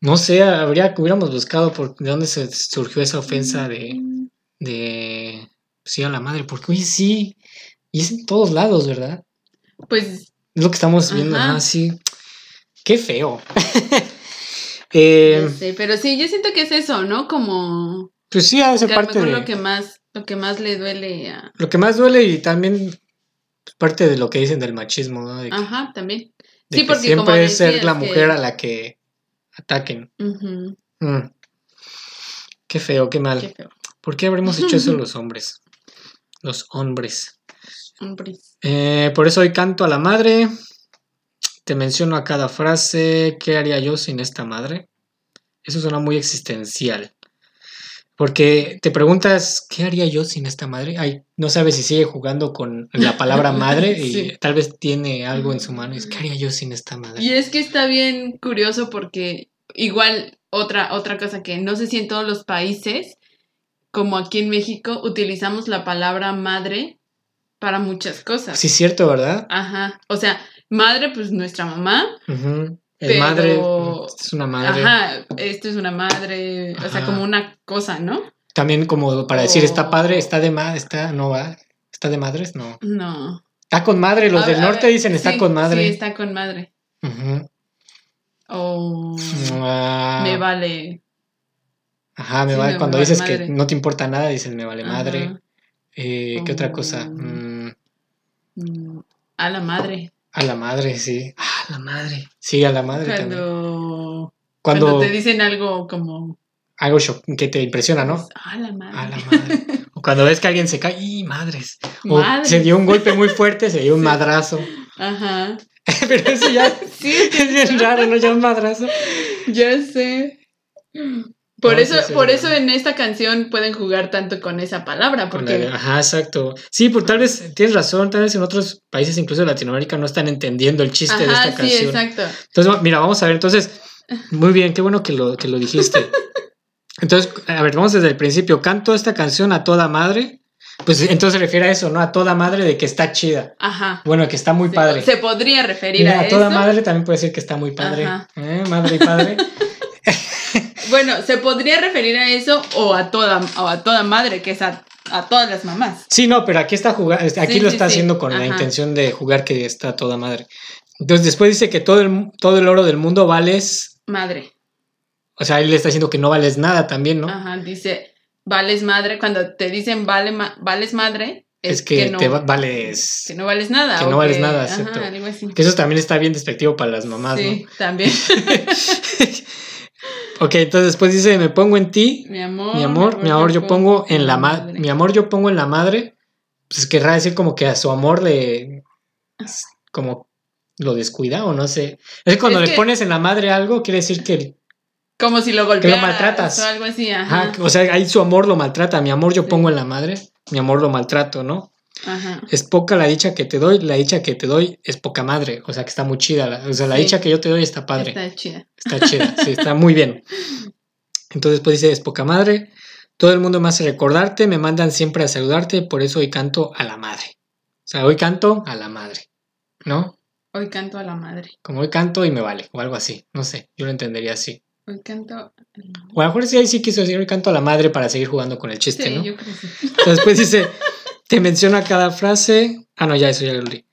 B: No sé, habría que hubiéramos buscado por de dónde se surgió esa ofensa de...
C: Mm,
B: de sí, a la madre, porque oye, sí, y es en todos lados, ¿verdad?
C: Pues
B: Es lo que estamos viendo,
C: Ajá.
B: ajá, sí. Qué
C: [laughs]
B: feo. Eh,
C: no sé, pero sí, yo siento que es eso, ¿no? Como
B: pues sí, a
C: que
B: esa
C: a lo
B: parte
C: mejor
B: de...
C: lo que más, lo que más le duele a
B: Lo que más duele y también parte de lo que dicen del machismo, ¿no? De que,
C: Ajá, también.
B: de
C: sí,
B: que
C: porque
B: siempre
C: como
B: es ser
C: decías
B: la
C: que-
B: mujer a la que ataquen.
C: Ujú,
B: Mm. Qué feo, qué mal.
C: qué feo.
B: ¿Por qué habremos hecho
C: [laughs]
B: eso los hombres? Los hombres.
C: Hombres.
B: Eh, por eso hoy canto a la madre. Te menciono a cada frase. ¿Qué haría yo sin esta madre? Eso suena muy existencial. Porque te preguntas, ¿qué haría yo sin esta madre? Ay, no sabes si sigue jugando con la
C: [laughs]
B: palabra madre y
C: Sí. Mm.
B: tal vez tiene algo en su mano. y es, ¿Qué haría yo sin esta madre?
C: Y es que está bien curioso porque igual otra, otra cosa que no sé si en todos los países, como aquí en México, utilizamos la palabra madre para muchas cosas.
B: Sí, es cierto, ¿verdad?
C: Ah, Ajá. O sea, madre, pues nuestra mamá.
B: Ujú. El
C: Pero-
B: madre mm, es una madre.
C: Ajá, esto es una madre. O sea,
B: Ajá.
C: como una cosa, ¿no?
B: También como para decir, está
C: O-
B: padre, está de madre, está, no va. ¿Está de madres? No.
C: No.
B: Está con madre. Los
C: A-
B: del
C: a
B: norte
C: ver,
B: dicen, está
C: sí,
B: con madre.
C: Sí, está con madre.
B: Ujú.
C: O
B: Ah,
C: me vale.
B: Ajá, me
C: sí,
B: vale.
C: me
B: Cuando
C: vale
B: dices
C: madre.
B: que no te importa nada, dicen me vale madre.
C: Ajá.
B: Eh, ¿Qué otra cosa?
C: Oh.
B: Mm,
C: Mm, A la madre.
B: a la madre, sí. Ah, a la madre. Sí, a la madre también.
C: Cuando.
B: Cuando,
C: Cuando te dicen algo como.
B: algo shock- que te impresiona, ¿no?
C: pues, "Ah, la madre.
B: A la
C: [laughs]
B: madre. o cuando ves que alguien se cae, ¡y madres! O
C: Madre.
B: se dio un golpe muy fuerte, se dio
C: [laughs]
B: un madrazo. [laughs]
C: Ajá.
B: Pero eso ya
C: Sí,
B: es bien raro, ¿no? Ya un madrazo.
C: ya sé. Por
B: No,
C: eso,
B: sí, sí,
C: por
B: sí.
C: eso en esta canción pueden jugar tanto con esa palabra,
B: Con
C: porque
B: la- "Ah, Ajá, exacto. Sí, pues tal vez tienes razón, tal vez en otros países, incluso de Latinoamérica, no están entendiendo el chiste de
C: ajá,
B: esta
C: sí,
B: canción.
C: exacto.
B: Entonces, va- mira, vamos a ver.
C: [laughs]
B: Entonces, muy bien, qué bueno que lo, que lo dijiste. Entonces, a ver, vamos desde el principio. Canto esta canción a toda madre. Pues entonces se refiere a eso, ¿no? A toda madre de que está chida.
C: Ajá.
B: Bueno, que está muy
C: Se-
B: padre.
C: Se podría referir
B: Mira,
C: a,
B: a toda
C: eso.
B: madre también puede decir que está muy padre.
C: Ajá.
B: ¿Eh? Madre y padre.
C: [laughs] Bueno, se podría referir a eso o a toda, o a toda madre, que es a, a todas las mamás.
B: Sí, no, pero aquí está jugando, aquí
C: Sí,
B: lo
C: sí,
B: está
C: sí.
B: haciendo con
C: Ajá.
B: la intención de jugar que está a toda madre. Entonces después dice que todo el, mu- todo el oro del mundo vales,
C: Madre.
B: o sea, él le está diciendo que no vales nada también, ¿no?
C: Ajá. Dice, vales madre. Cuando te dicen vale ma- vales madre, es,
B: es que,
C: no,
B: te va- vales...
C: que no vales nada.
B: que
C: o
B: no vales nada,
C: ajá,
B: exacto.
C: algo así.
B: Que eso también está bien despectivo para las mamás,
C: sí,
B: [laughs]
C: también. [laughs]
B: ¿no? Ok, entonces después dice, me pongo en ti,
C: Mi amor.
B: mi amor, mi amor yo pongo en la madre,
C: madre.
B: mi amor yo pongo en la madre, pues querrá decir como que a su amor le, como lo descuida o no sé. Es que cuando
C: Es
B: le
C: que-
B: pones en la madre algo, quiere decir que,
C: Como si lo golpearas.
B: maltratas.
C: O algo así,
B: ajá,
C: ajá.
B: Ah, o sea, ahí su amor lo maltrata, mi amor yo
C: Sí.
B: pongo en la madre, mi amor lo maltrato, ¿no?
C: ajá.
B: Es poca la dicha que te doy, la dicha que te doy es poca madre, o sea, que está muy chida, la- o sea, la
C: Sí.
B: dicha que yo te doy está padre.
C: Está chida. [laughs]
B: Está chida, sí, está muy bien. Entonces, pues dice, es poca madre. Todo el mundo me hace recordarte, me mandan siempre a saludarte, por eso hoy canto a la madre. O sea, hoy canto a la madre, ¿no?
C: Hoy canto a la madre.
B: Como hoy canto y me vale, o algo así, no sé, yo lo entendería así.
C: Hoy canto a la madre.
B: O a lo mejor sí, ahí sí quiso decir hoy canto a la madre para seguir jugando con el chiste,
C: Sí,
B: ¿no?
C: yo creo que sí.
B: O sea, después dice, te menciona cada frase. Ah, no, ya eso ya lo leí.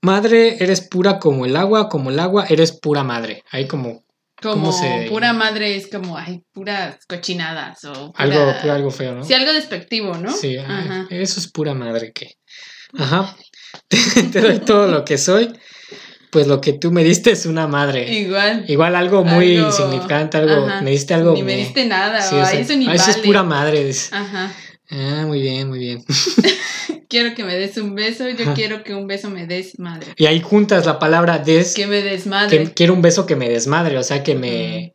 B: Madre, eres pura como el agua, como el agua, eres pura madre. Ahí como ¿Cómo
C: Como
B: se-
C: pura madre es como, ay, puras cochinadas o pura-
B: algo, algo feo, ¿no?
C: Sí, algo despectivo, ¿no?
B: Sí, ay,
C: Ajá.
B: eso es pura madre que. Ajá. [laughs] Te, te doy todo lo que soy, pues lo que tú me diste es una madre.
C: Igual.
B: Igual algo muy
C: Algo-
B: insignificante, algo,
C: Ajá.
B: me diste algo.
C: Ni me diste nada.
B: Sí,
C: o,
B: o
C: ay,
B: sea,
C: eso ni
B: "Ah, eso es
C: vale".
B: pura madre. dice.
C: Ajá.
B: Ah, muy bien, muy bien.
C: Quiero que me des un beso, yo
B: Ajá.
C: quiero que un beso me des madre.
B: Y ahí juntas la palabra des
C: Que me des
B: que,
C: madre.
B: quiero un beso que me desmadre, o sea, que me.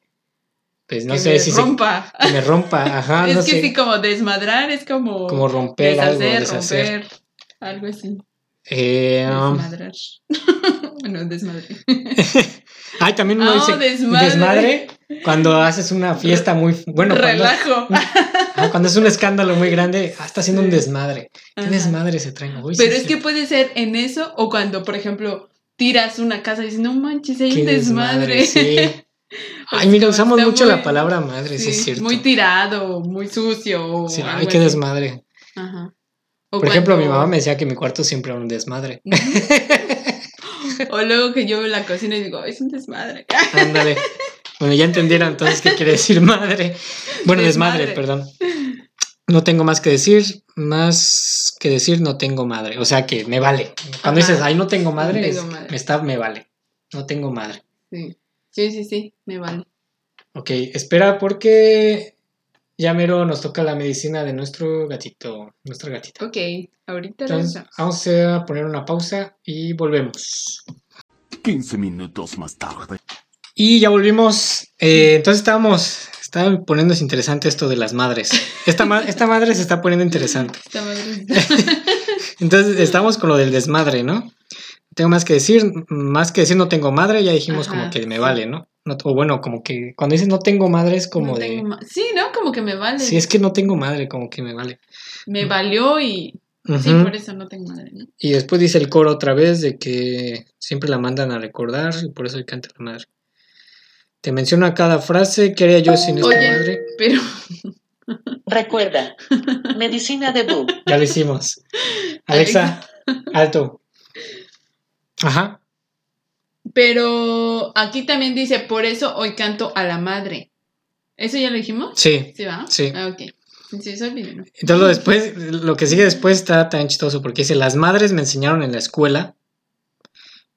B: Pues no
C: que
B: sé
C: me
B: si
C: rompa.
B: se. Que me rompa,
C: [laughs]
B: ajá,
C: es
B: no
C: que
B: sé.
C: sí, como desmadrar es como,
B: como romper algo,
C: deshacer,
B: deshacer.
C: romper. Algo así.
B: Eh, um,
C: Desmadrar. [laughs]
B: [laughs]
C: bueno, desmadre.
B: ay, también uno
C: Ah,
B: dice
C: desmadre.
B: desmadre. cuando haces una fiesta muy. Bueno, cuando,
C: Relajo.
B: ah, cuando es un escándalo muy grande, ah, está haciendo un desmadre. ¿Qué
C: Ajá.
B: desmadre se traen? Uy,
C: Pero
B: sí,
C: es
B: sí.
C: que puede ser en eso o cuando, por ejemplo, tiras una casa y dices, no manches, hay
B: Qué
C: un desmadre. [laughs]
B: sí.
C: O
B: Ay, mira,
C: sea,
B: usamos
C: está
B: mucho
C: muy-
B: la palabra madre, sí,
C: Sí,
B: es cierto.
C: Muy tirado, o muy sucio. O
B: Sí,
C: algo
B: ay, qué
C: así.
B: desmadre.
C: Ajá. O
B: Por ejemplo, mi
C: cuando-
B: mamá me decía que mi cuarto siempre era un desmadre.
C: O luego que yo veo la cocina y digo, es un desmadre.
B: Ándale. Bueno, ya entendieron entonces qué quiere decir madre. Bueno, desmadre,
C: Desmadre.
B: perdón. No tengo más que decir, más que decir no tengo madre. O sea que me vale. Cuando
C: Ajá.
B: dices, ay, no tengo madre,
C: No tengo
B: es-
C: madre.
B: me está, me vale. No tengo madre.
C: Sí, sí, sí, sí, me vale.
B: Ok, espera porque ya mero nos toca la medicina de nuestro gatito, nuestra gatita.
C: Ok, ahorita
B: Entonces, ah,
C: regresamos.
B: vamos a poner una pausa y volvemos.
E: 15 minutos más tarde.
B: Y ya volvimos. Eh, entonces estábamos. Estaba poniéndose interesante esto de las madres. Esta, ma- esta madre se está poniendo interesante. [laughs]
C: Esta madre-
B: Entonces estamos con lo del desmadre, ¿no? No Tengo más que decir. Más que decir no tengo madre, ya dijimos
C: Ajá,
B: como que me
C: sí.
B: vale, ¿no? No- O bueno, como que cuando dices no tengo madre es como
C: no
B: de.
C: tengo ma- Sí, ¿no? Como que me vale.
B: Sí, es que no tengo madre, como que me vale.
C: Me valió y... Sí,
B: Ujú.
C: por eso no tengo madre, ¿no?
B: Y después dice el coro otra vez de que siempre la mandan a recordar y por eso el canta la madre. Te menciona cada frase. ¿Qué haría yo sin esta
C: Oye.
B: madre?
C: Pero
D: Recuerda. Medicina de Boo.
B: Ya lo
C: [laughs]
B: hicimos. Alexa, alto. Ajá.
C: Pero aquí también dice, por eso hoy canto a la madre. ¿Eso ya lo dijimos?
B: Sí.
C: ¿Sí va?
B: Sí.
C: Ah, ok. Sí, se olvidó, ¿no?
B: Entonces lo después, lo que sigue después está tan chistoso porque dice, las madres me enseñaron en la escuela.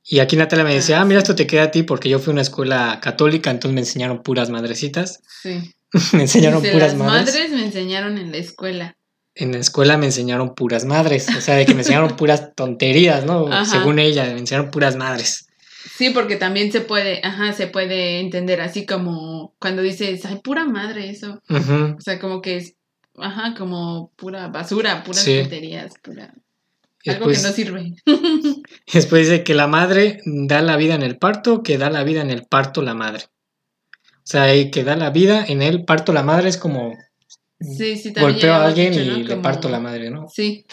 B: Y aquí Natalia me dice,
C: Ah,
B: ah, mira,
C: sí.
B: esto te queda a ti porque yo fui a una escuela católica, entonces me enseñaron puras madrecitas. [laughs]
C: Sí.
B: me enseñaron
C: Dice,
B: puras
C: las
B: madres.
C: madres me enseñaron en la escuela.
B: En la escuela me enseñaron puras madres. O sea, de que me enseñaron
C: [laughs]
B: puras tonterías, ¿no?
C: Ajá.
B: Según ella, me enseñaron puras madres.
C: Sí, porque también se puede, ajá, se puede entender así como cuando dices, ay, pura madre eso.
B: Ujú.
C: O sea, como que es, ajá, como pura basura, puras
B: Sí.
C: tonterías, pura...
B: Y
C: algo que
B: después-
C: no sirve. [laughs]
B: Después dice que la madre da la vida en el parto, que da la vida en el parto la madre. O sea, ahí que da la vida en el parto la madre es como
C: Sí, sí, también.
B: golpeo
C: ya
B: a
C: habíamos
B: alguien
C: dicho,
B: y
C: ¿no?
B: le
C: Como-
B: parto la madre, ¿no? O
C: Sí,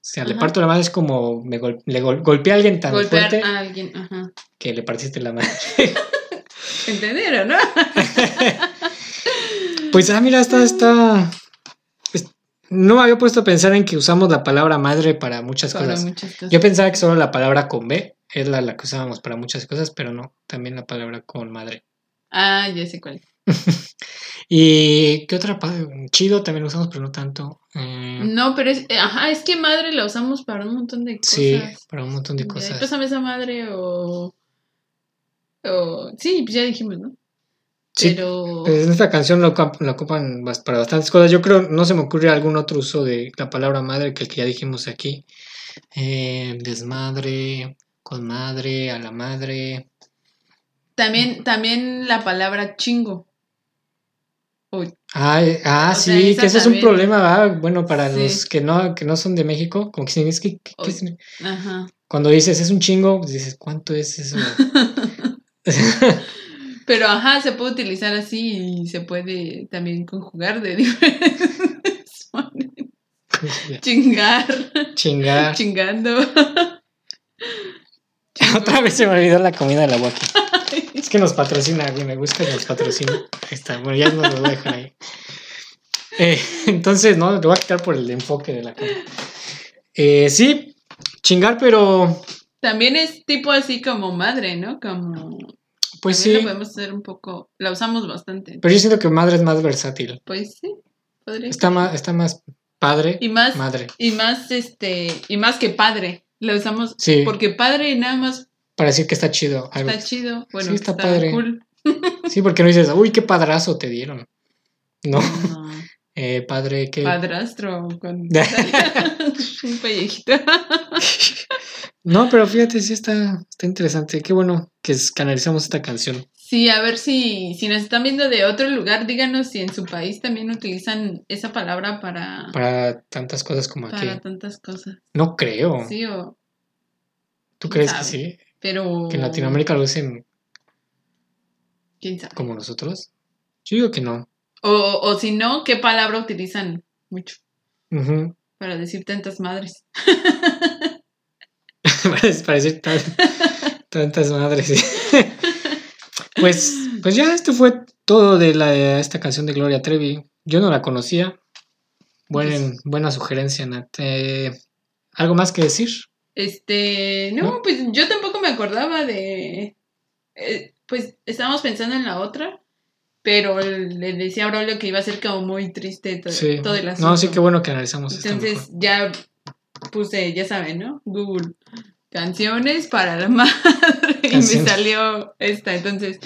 B: sea, le
C: Ajá.
B: parto la madre es como me gol- le gol- golpeé a alguien tan
C: golpear
B: fuerte
C: a alguien, ajá.
B: que le partiste la madre.
C: ¿Entendieron, no?
B: Pues, ah, mira, esta está... pues, No me había puesto a pensar en que usamos la palabra madre para muchas
C: Para
B: cosas.
C: muchas cosas.
B: Yo pensaba que solo la palabra con B es la, la que usábamos para muchas cosas, pero no, también la palabra con madre.
C: Ah, ya sé cuál.
B: ¿Y qué otra? pa- Chido también lo usamos, pero no tanto. Mm,
C: No, pero es, eh, ajá, es que madre la usamos para un montón de cosas.
B: sí, para un montón de
C: Ya,
B: cosas.
C: Pásame esa madre o... o sí, pues ya dijimos, ¿no?
B: Sí,
C: pero...
B: Pues en esta canción lo, ocup- lo ocupan bas- para bastantes cosas. Yo creo, no se me ocurre algún otro uso de la palabra madre que el que ya dijimos aquí. Eh, desmadre, con madre, a la madre.
C: También, también la palabra chingo.
B: Ah, eh, ah,
C: O
B: sí,
C: sea, esa
B: que eso es un
C: también.
B: problema, ¿verdad? bueno, para
C: Sí.
B: los que no, que no son de México, como que dicen, es que, que- que es-
C: Ajá. [laughs]
B: cuando dices es un chingo, pues dices, ¿cuánto es eso? [laughs]
C: Pero ajá, se puede utilizar así y se puede también conjugar de [laughs] diferentes. Chingar.
B: Chingar. [laughs]
C: Chingando.
B: Otra vez se me olvidó la comida de la
C: [laughs]
B: guaki. Es que nos patrocina, güey, me gusta que nos patrocina. Ahí está, bueno, ya no lo voy a dejar ahí. Eh, [laughs] entonces, no, lo voy a quitar por el enfoque de la comida. Eh, sí, chingar, pero
C: También es tipo así como madre, ¿no? Como.
B: pues
C: también
B: sí.
C: La podemos hacer un poco. La usamos bastante.
B: Pero yo siento que madre es más versátil.
C: Pues sí. Podría.
B: Está más, está más padre,
C: Y más.
B: madre.
C: Y más este. Y más que padre. La usamos.
B: Sí.
C: Porque padre nada más
B: Para decir que está chido. algo.
C: está chido. Bueno,
B: Sí,
C: está,
B: está padre. [laughs]
C: cool.
B: Sí, porque no dices, uy, qué padrazo te dieron. No,
C: No,
B: eh, padre, qué.
C: Padrastro con [laughs] un
B: [laughs]
C: pellejito.
B: [laughs] No, pero fíjate, sí está, está interesante. Qué bueno que es- canalizamos esta canción.
C: Sí, a ver si, si nos están viendo de otro lugar, díganos si en su país también utilizan esa palabra para,
B: Para Oh. tantas cosas como aquí.
C: para tantas cosas.
B: No creo.
C: Sí, o,
B: ¿Tú
C: quién
B: crees que sí?
C: sabe. pero...
B: ¿Que en Latinoamérica lo usen
C: ¿Quién sabe?
B: como nosotros? Yo digo que no.
C: O, o si no, ¿qué palabra utilizan mucho
B: Ujú.
C: para decir tantas madres?
B: [laughs] Para decir
C: [laughs]
B: tan- tantas madres. sí. pues, pues ya, esto fue todo de la, esta canción de Gloria Trevi. Yo no la conocía.
C: Pues
B: Buen- buena sugerencia, Nat. Eh, ¿Algo más que decir?
C: Este, no,
B: No.
C: pues yo tampoco me acordaba de... eh, pues estábamos pensando en la otra, pero le decía a Braulio que iba a ser como muy triste todo,
B: Sí.
C: todo el asunto.
B: No, sí, qué bueno que analizamos esto.
C: Entonces
B: mejor.
C: ya puse, ya saben, ¿no? Google, canciones para la [laughs] madre. Y me
B: Canciones.
C: salió esta. Entonces,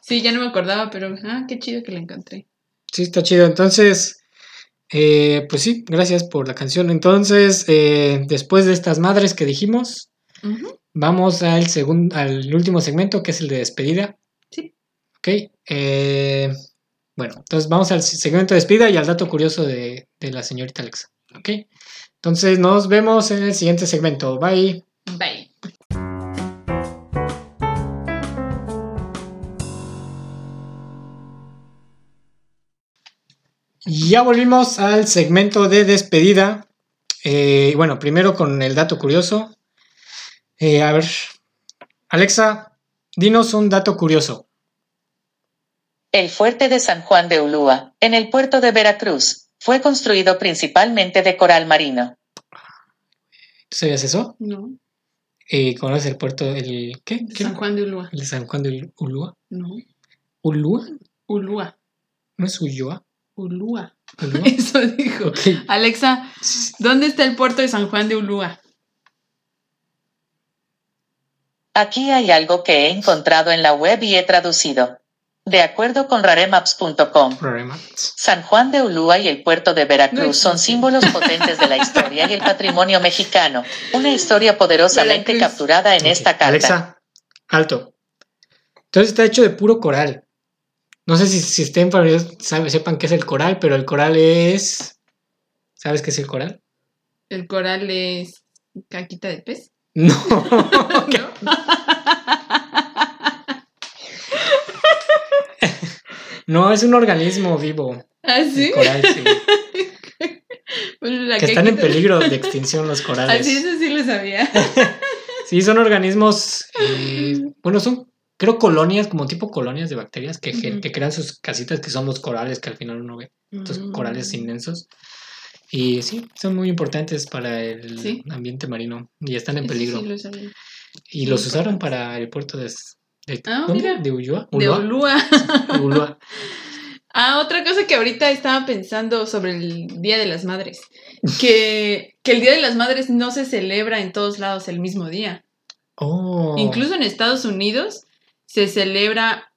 C: sí, ya no me acordaba, pero ah, qué chido que la encontré.
B: Sí, está chido. Entonces, eh, pues sí, gracias por la canción. Entonces, eh, después de estas madres que dijimos,
C: Ujú.
B: Vamos al segundo, al último segmento, que es el de despedida.
C: Sí.
B: Ok. eh, bueno, entonces vamos al segmento de despedida y al dato curioso de, de la señorita Alexa. Ok. Entonces nos vemos en el siguiente segmento. Bye.
C: Bye.
B: Ya volvimos al segmento de despedida. Eh, bueno, primero con el dato curioso. Eh, a ver, Alexa, dinos un dato curioso.
D: El fuerte de San Juan de Ulúa, en el puerto de Veracruz, fue construido principalmente de coral marino.
B: ¿Tú sabías eso?
C: No,
B: Eh, ¿Conoces el puerto, el qué?
C: de
B: ¿Qué?
C: San Juan de Ulúa.
B: El de San Juan de Ulúa.
C: No,
B: ¿Ulúa?
C: Ulúa.
B: ¿No es Ulloa?
C: Ulúa.
B: ¿Ulúa?
C: [laughs] Eso dijo.
B: Ok.
C: Alexa, ¿dónde está el puerto de San Juan de Ulúa?
D: Aquí hay algo que he encontrado en la web y he traducido. De acuerdo con raremaps.com,
B: Problema.
D: San Juan de Ulúa y el puerto de Veracruz
C: No
D: son
C: existe.
D: símbolos potentes de la historia y el patrimonio mexicano, una historia poderosamente
C: Veracruz.
D: capturada en
B: Ok,
D: esta carta.
B: Alexa, alto. Entonces está hecho de puro coral. No sé si, si estén familiarizados, sabe- sepan qué es el coral, pero el coral es... ¿Sabes qué es el coral? [laughs]
C: El coral es caquita de pez.
B: No.
C: ¿No?
B: No, es un organismo vivo.
C: ¿Ah,
B: el
C: sí?
B: coral, sí.
C: Bueno, la
B: que están en
C: caquita-
B: peligro de extinción los corales.
C: Así eso sí lo sabía.
B: Sí, son organismos... eh,
C: Mm.
B: bueno, son... Creo colonias, como tipo colonias de bacterias que, gen-
C: Ujú.
B: que crean sus casitas, que son los corales que al final uno ve. estos corales
C: Mm.
B: inmensos. Y sí, son muy importantes para el
C: Sí.
B: ambiente marino y están en
C: Eso
B: peligro.
C: sí lo sabía.
B: y los usaron para el puerto de... de
C: Ah,
B: ¿dónde?
C: mira.
B: ¿De Ulloa?
C: De
B: Ulloa.
C: Ulúa.
B: Ulloa.
C: [laughs] Ah, otra cosa que ahorita estaba pensando sobre el Día de las Madres. Que, que el Día de las Madres no se celebra en todos lados el mismo día.
B: Oh.
C: Incluso en Estados Unidos se celebra,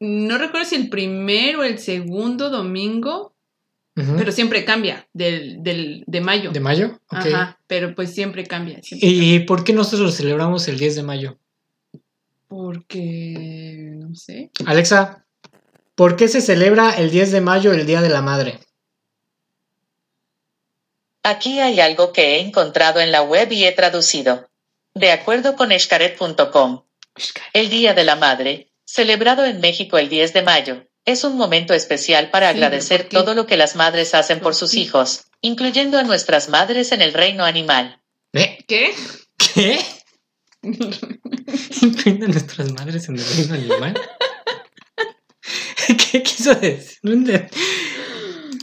C: no recuerdo si el primero o el segundo domingo,
B: Ujú.
C: pero siempre cambia del, del, de mayo.
B: ¿De mayo? Ok.
C: Ajá, pero pues siempre cambia. siempre cambia.
B: ¿Y por qué nosotros lo celebramos el 10 de mayo?
C: Porque, no sé.
B: Alexa, ¿por qué se celebra el 10 de mayo el Día de la Madre?
D: Aquí hay algo que he encontrado en la web y he traducido. De acuerdo con escaret.com, el Día de la Madre, celebrado en México el 10 de mayo, Es un momento especial para
C: Sí, pero
D: agradecer
C: ¿por qué?
D: todo lo que las madres hacen por sus hijos, incluyendo a nuestras madres en el reino animal.
B: ¿Eh?
C: ¿Qué? [laughs]
B: ¿Qué? [laughs] Incluyendo a nuestras madres en el reino animal. [laughs] ¿Qué quiso decir? No enten-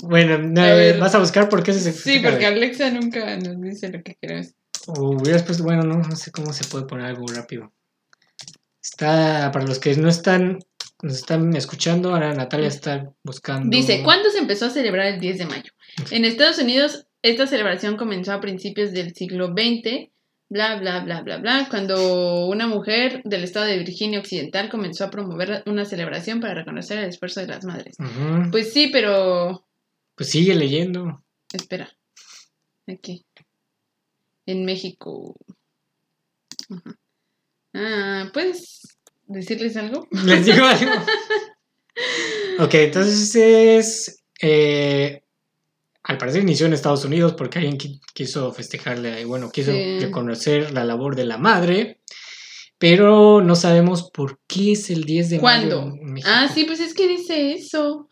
B: Bueno, no,
C: A ver.
B: vas a buscar por qué se
C: Sí,
B: significa
C: porque
B: de-
C: Alexa nunca nos dice lo que queremos.
B: O hubieras puesto- bueno, no, no sé cómo se puede poner algo rápido. Está, para los que no están, nos están escuchando, ahora Natalia está buscando.
C: Mm. Dice, ¿cuándo se empezó a celebrar el 10 de mayo? En Estados Unidos, esta celebración comenzó a principios del siglo XX, bla, bla, bla, bla, bla, cuando una mujer del estado de Virginia Occidental comenzó a promover una celebración para reconocer el esfuerzo de las madres.
B: Ujú.
C: Pues sí, pero...
B: Pues sigue leyendo.
C: Espera. Aquí. En México. Ajá. Ah, ¿Puedes decirles algo?
B: Les digo algo. [laughs] Ok, entonces es. eh, al parecer inició en Estados Unidos porque alguien qui- quiso festejarle, bueno, quiso
C: Sí.
B: reconocer la labor de la madre, pero no sabemos por qué es el 10 de mayo.
C: ¿Cuándo?
B: en México.
C: Ah, sí, pues es que dice eso.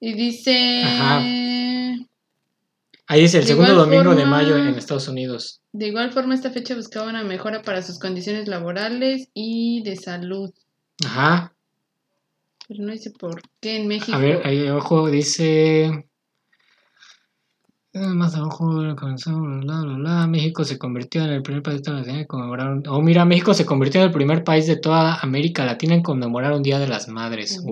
C: Y dice.
B: Ajá. Ahí es el
C: de
B: segundo
C: igual
B: domingo de
C: forma-
B: mayo en Estados Unidos.
C: De igual forma, esta fecha buscaba una mejora para sus condiciones laborales y de salud.
B: Ajá.
C: Pero no dice por qué en México.
B: A ver, ahí abajo dice. eh, Más abajo comenzó, bla, bla, bla. México se convirtió en el primer país de toda la en conmemorar. un- Oh, mira, México se convirtió en el primer país de toda América Latina en conmemorar un Día de las Madres.
C: Uh.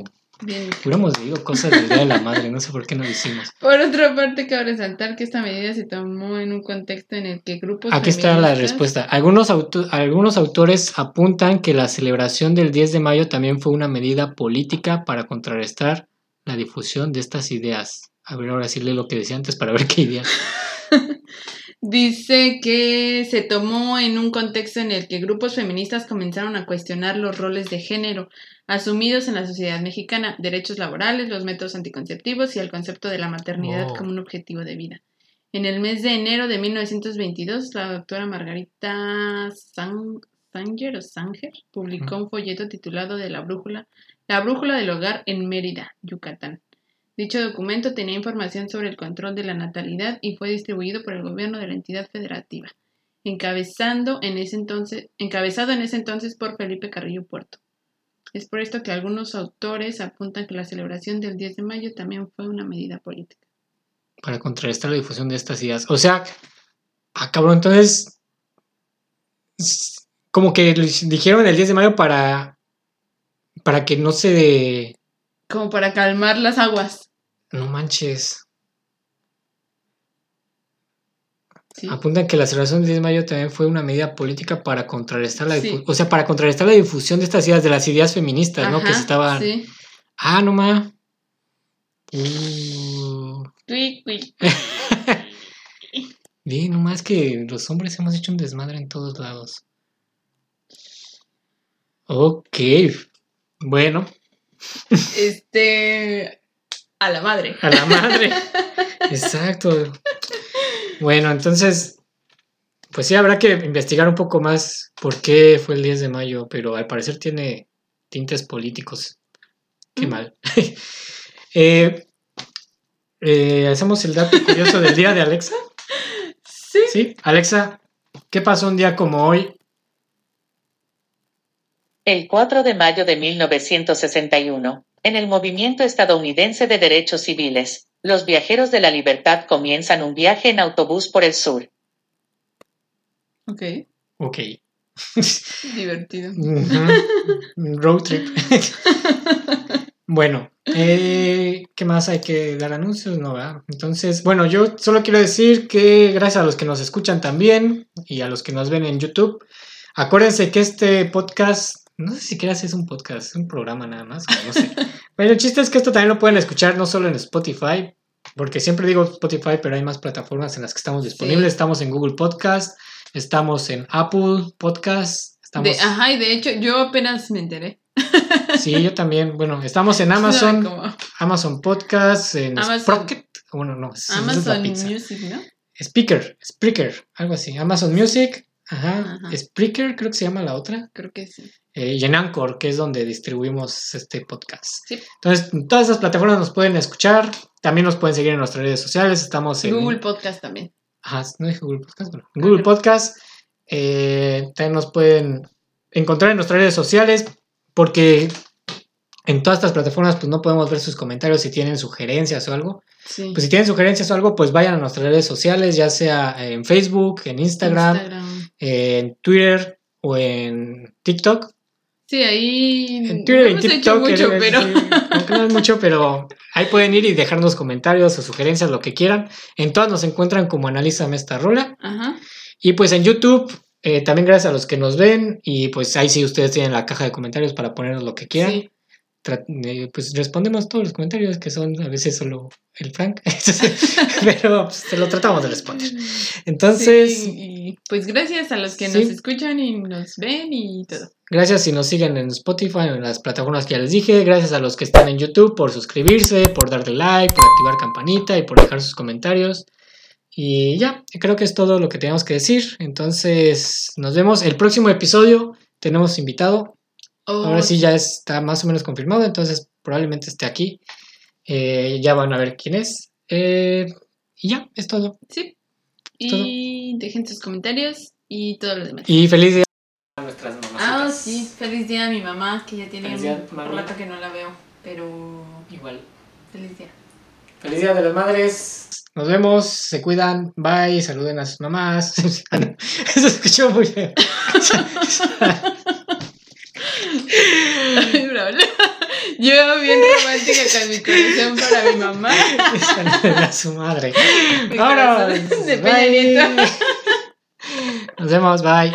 B: Oh.
C: Bien.
B: Hubiéramos leído cosas del Día de la Madre, no sé por qué no lo hicimos.
C: Por otra parte, cabe resaltar que esta medida se tomó en un contexto en el que grupos.
B: Aquí está la
C: feministas-
B: respuesta. Algunos, auto- algunos autores apuntan que la celebración del 10 de mayo también fue una medida política para contrarrestar la difusión de estas ideas. A ver, ahora sí lee lo que decía antes para ver qué ideas.
C: Dice que se tomó en un contexto en el que grupos feministas comenzaron a cuestionar los roles de género asumidos en la sociedad mexicana, derechos laborales, los métodos anticonceptivos y el concepto de la maternidad
B: Wow.
C: como un objetivo de vida. En el mes de enero de 1922, la doctora Margarita San- Sanger, o Sanger publicó un folleto titulado de la brújula, La brújula del hogar en Mérida, Yucatán. Dicho documento tenía información sobre el control de la natalidad y fue distribuido por el gobierno de la entidad federativa, encabezando en ese entonces, encabezado en ese entonces por Felipe Carrillo Puerto. Es por esto que algunos autores apuntan que la celebración del 10 de mayo también fue una medida política.
B: Para contrarrestar la difusión de estas ideas. O sea, ah, cabrón, entonces. s- Como que lo his- dijeron el 10 de mayo para. Para que no se.
C: Como para calmar las aguas.
B: No manches.
C: Sí.
B: Apuntan que la celebración del 10 de mayo también fue una medida política para contrarrestar la
C: Sí.
B: difusión, o sea, para contrarrestar la difusión de estas ideas, de las ideas feministas, ¿no? Que
C: Ajá,
B: se estaban...
C: sí.
B: Ah, no más. Y...
C: Cui, cui.
B: Bien, nomás que los hombres hemos hecho un desmadre en todos lados. Ok. Bueno,
C: Este. A la madre.
B: a la madre. Exacto. Bueno, entonces, pues sí, habrá que investigar un poco más por qué fue el 10 de mayo, pero al parecer tiene tintes políticos. Qué mal. [laughs] Eh, eh, ¿Hacemos el dato curioso del día de Alexa?
C: Sí.
B: Sí. Alexa, ¿qué pasó un día como hoy?
D: El 4 de mayo de 1961, en el movimiento estadounidense de derechos civiles, los viajeros de la libertad comienzan un viaje en autobús por el sur.
C: Ok,
B: Ok.
C: divertido.
B: Ujú. Road
C: [laughs]
B: trip. bueno, eh, ¿qué más hay que dar anuncios? No, ¿verdad? Entonces, bueno, yo solo quiero decir que gracias a los que nos escuchan también y a los que nos ven en YouTube, acuérdense que este podcast, no sé si siquiera es un podcast, es un programa nada más, o no sé.
C: [laughs]
B: Pero el chiste es que esto también lo pueden escuchar no solo en Spotify, porque siempre digo Spotify, pero hay más plataformas en las que estamos disponibles. Estamos en Google Podcast, estamos en Apple Podcast, estamos...
C: De- ajá, y de hecho, yo apenas me enteré.
B: Sí, yo también. Bueno, estamos
C: [laughs]
B: en Amazon,
C: Como
B: Amazon Podcast, en
C: Amazon.
B: Sprocket. Bueno, no, es, esa es la
C: Amazon
B: pizza.
C: Music, ¿no?
B: Speaker, Spreaker, algo así. Amazon Music, Ajá.
C: Ajá.
B: Spreaker creo que se llama la otra.
C: Creo que sí.
B: eh, y en Anchor, que es donde distribuimos este podcast.
C: Sí.
B: Entonces, en todas esas plataformas nos pueden escuchar. También nos pueden seguir en nuestras redes sociales. Estamos en
C: Google Podcast también.
B: Ajá, Ah, no dije Google Podcast, bueno, Google Podcast. eh, también nos pueden encontrar en nuestras redes sociales porque en todas estas plataformas pues no podemos ver sus comentarios si tienen sugerencias o algo.
C: Sí.
B: Pues si tienen sugerencias o algo, pues vayan a nuestras redes sociales, ya sea en Facebook, en Instagram, en Twitter o en TikTok.
C: Sí, ahí.
B: En Twitter y
C: no
B: en
C: hemos hecho
B: TikTok.
C: mucho,
B: eh,
C: pero.
B: sí, como que no es mucho, pero ahí pueden ir y dejarnos comentarios o sugerencias, lo que quieran. En todas nos encuentran como Analízame esta rola.
C: Ajá.
B: Y pues en YouTube, eh, también gracias a los que nos ven. Y pues ahí sí ustedes tienen la caja de comentarios para ponernos lo que quieran.
C: Sí.
B: Tra- eh, pues respondemos todos los comentarios que son a veces solo el Frank. [laughs] pero pues, se lo tratamos de responder. Entonces,
C: Sí, y pues gracias a los que
B: Sí.
C: nos escuchan y nos ven y todo.
B: gracias si nos siguen en Spotify, en las plataformas que ya les dije. Gracias a los que están en YouTube por suscribirse, por darle like, por activar campanita y por dejar sus comentarios. Y ya, creo que es todo lo que teníamos que decir. Entonces, nos vemos el próximo episodio. Tenemos invitado.
C: Oh,
B: Ahora sí ya está más o menos confirmado, entonces probablemente esté aquí. Eh, ya van a ver quién es. Eh, y ya, es todo.
C: Sí.
B: todo.
C: Y dejen sus comentarios y todo lo demás.
B: Y feliz día a nuestras
C: Ah, sí. Feliz día a mi mamá, que ya tiene
B: Feliz
C: un
B: día, mami.
C: rato que no la veo. Pero.
B: Igual.
C: Feliz día.
B: Feliz día de las madres. Nos vemos, se cuidan, bye, saluden a sus mamás. [laughs] Ah, no, Se escuchó muy bien.
C: Bravo. [laughs] Yo bien romántica con mi corazón para mi mamá.
B: Saluden a su [laughs] madre.
C: Mi
B: Ahora. [laughs]
C: corazón de Peña Nieto.
B: Nos vemos, bye.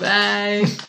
C: Bye.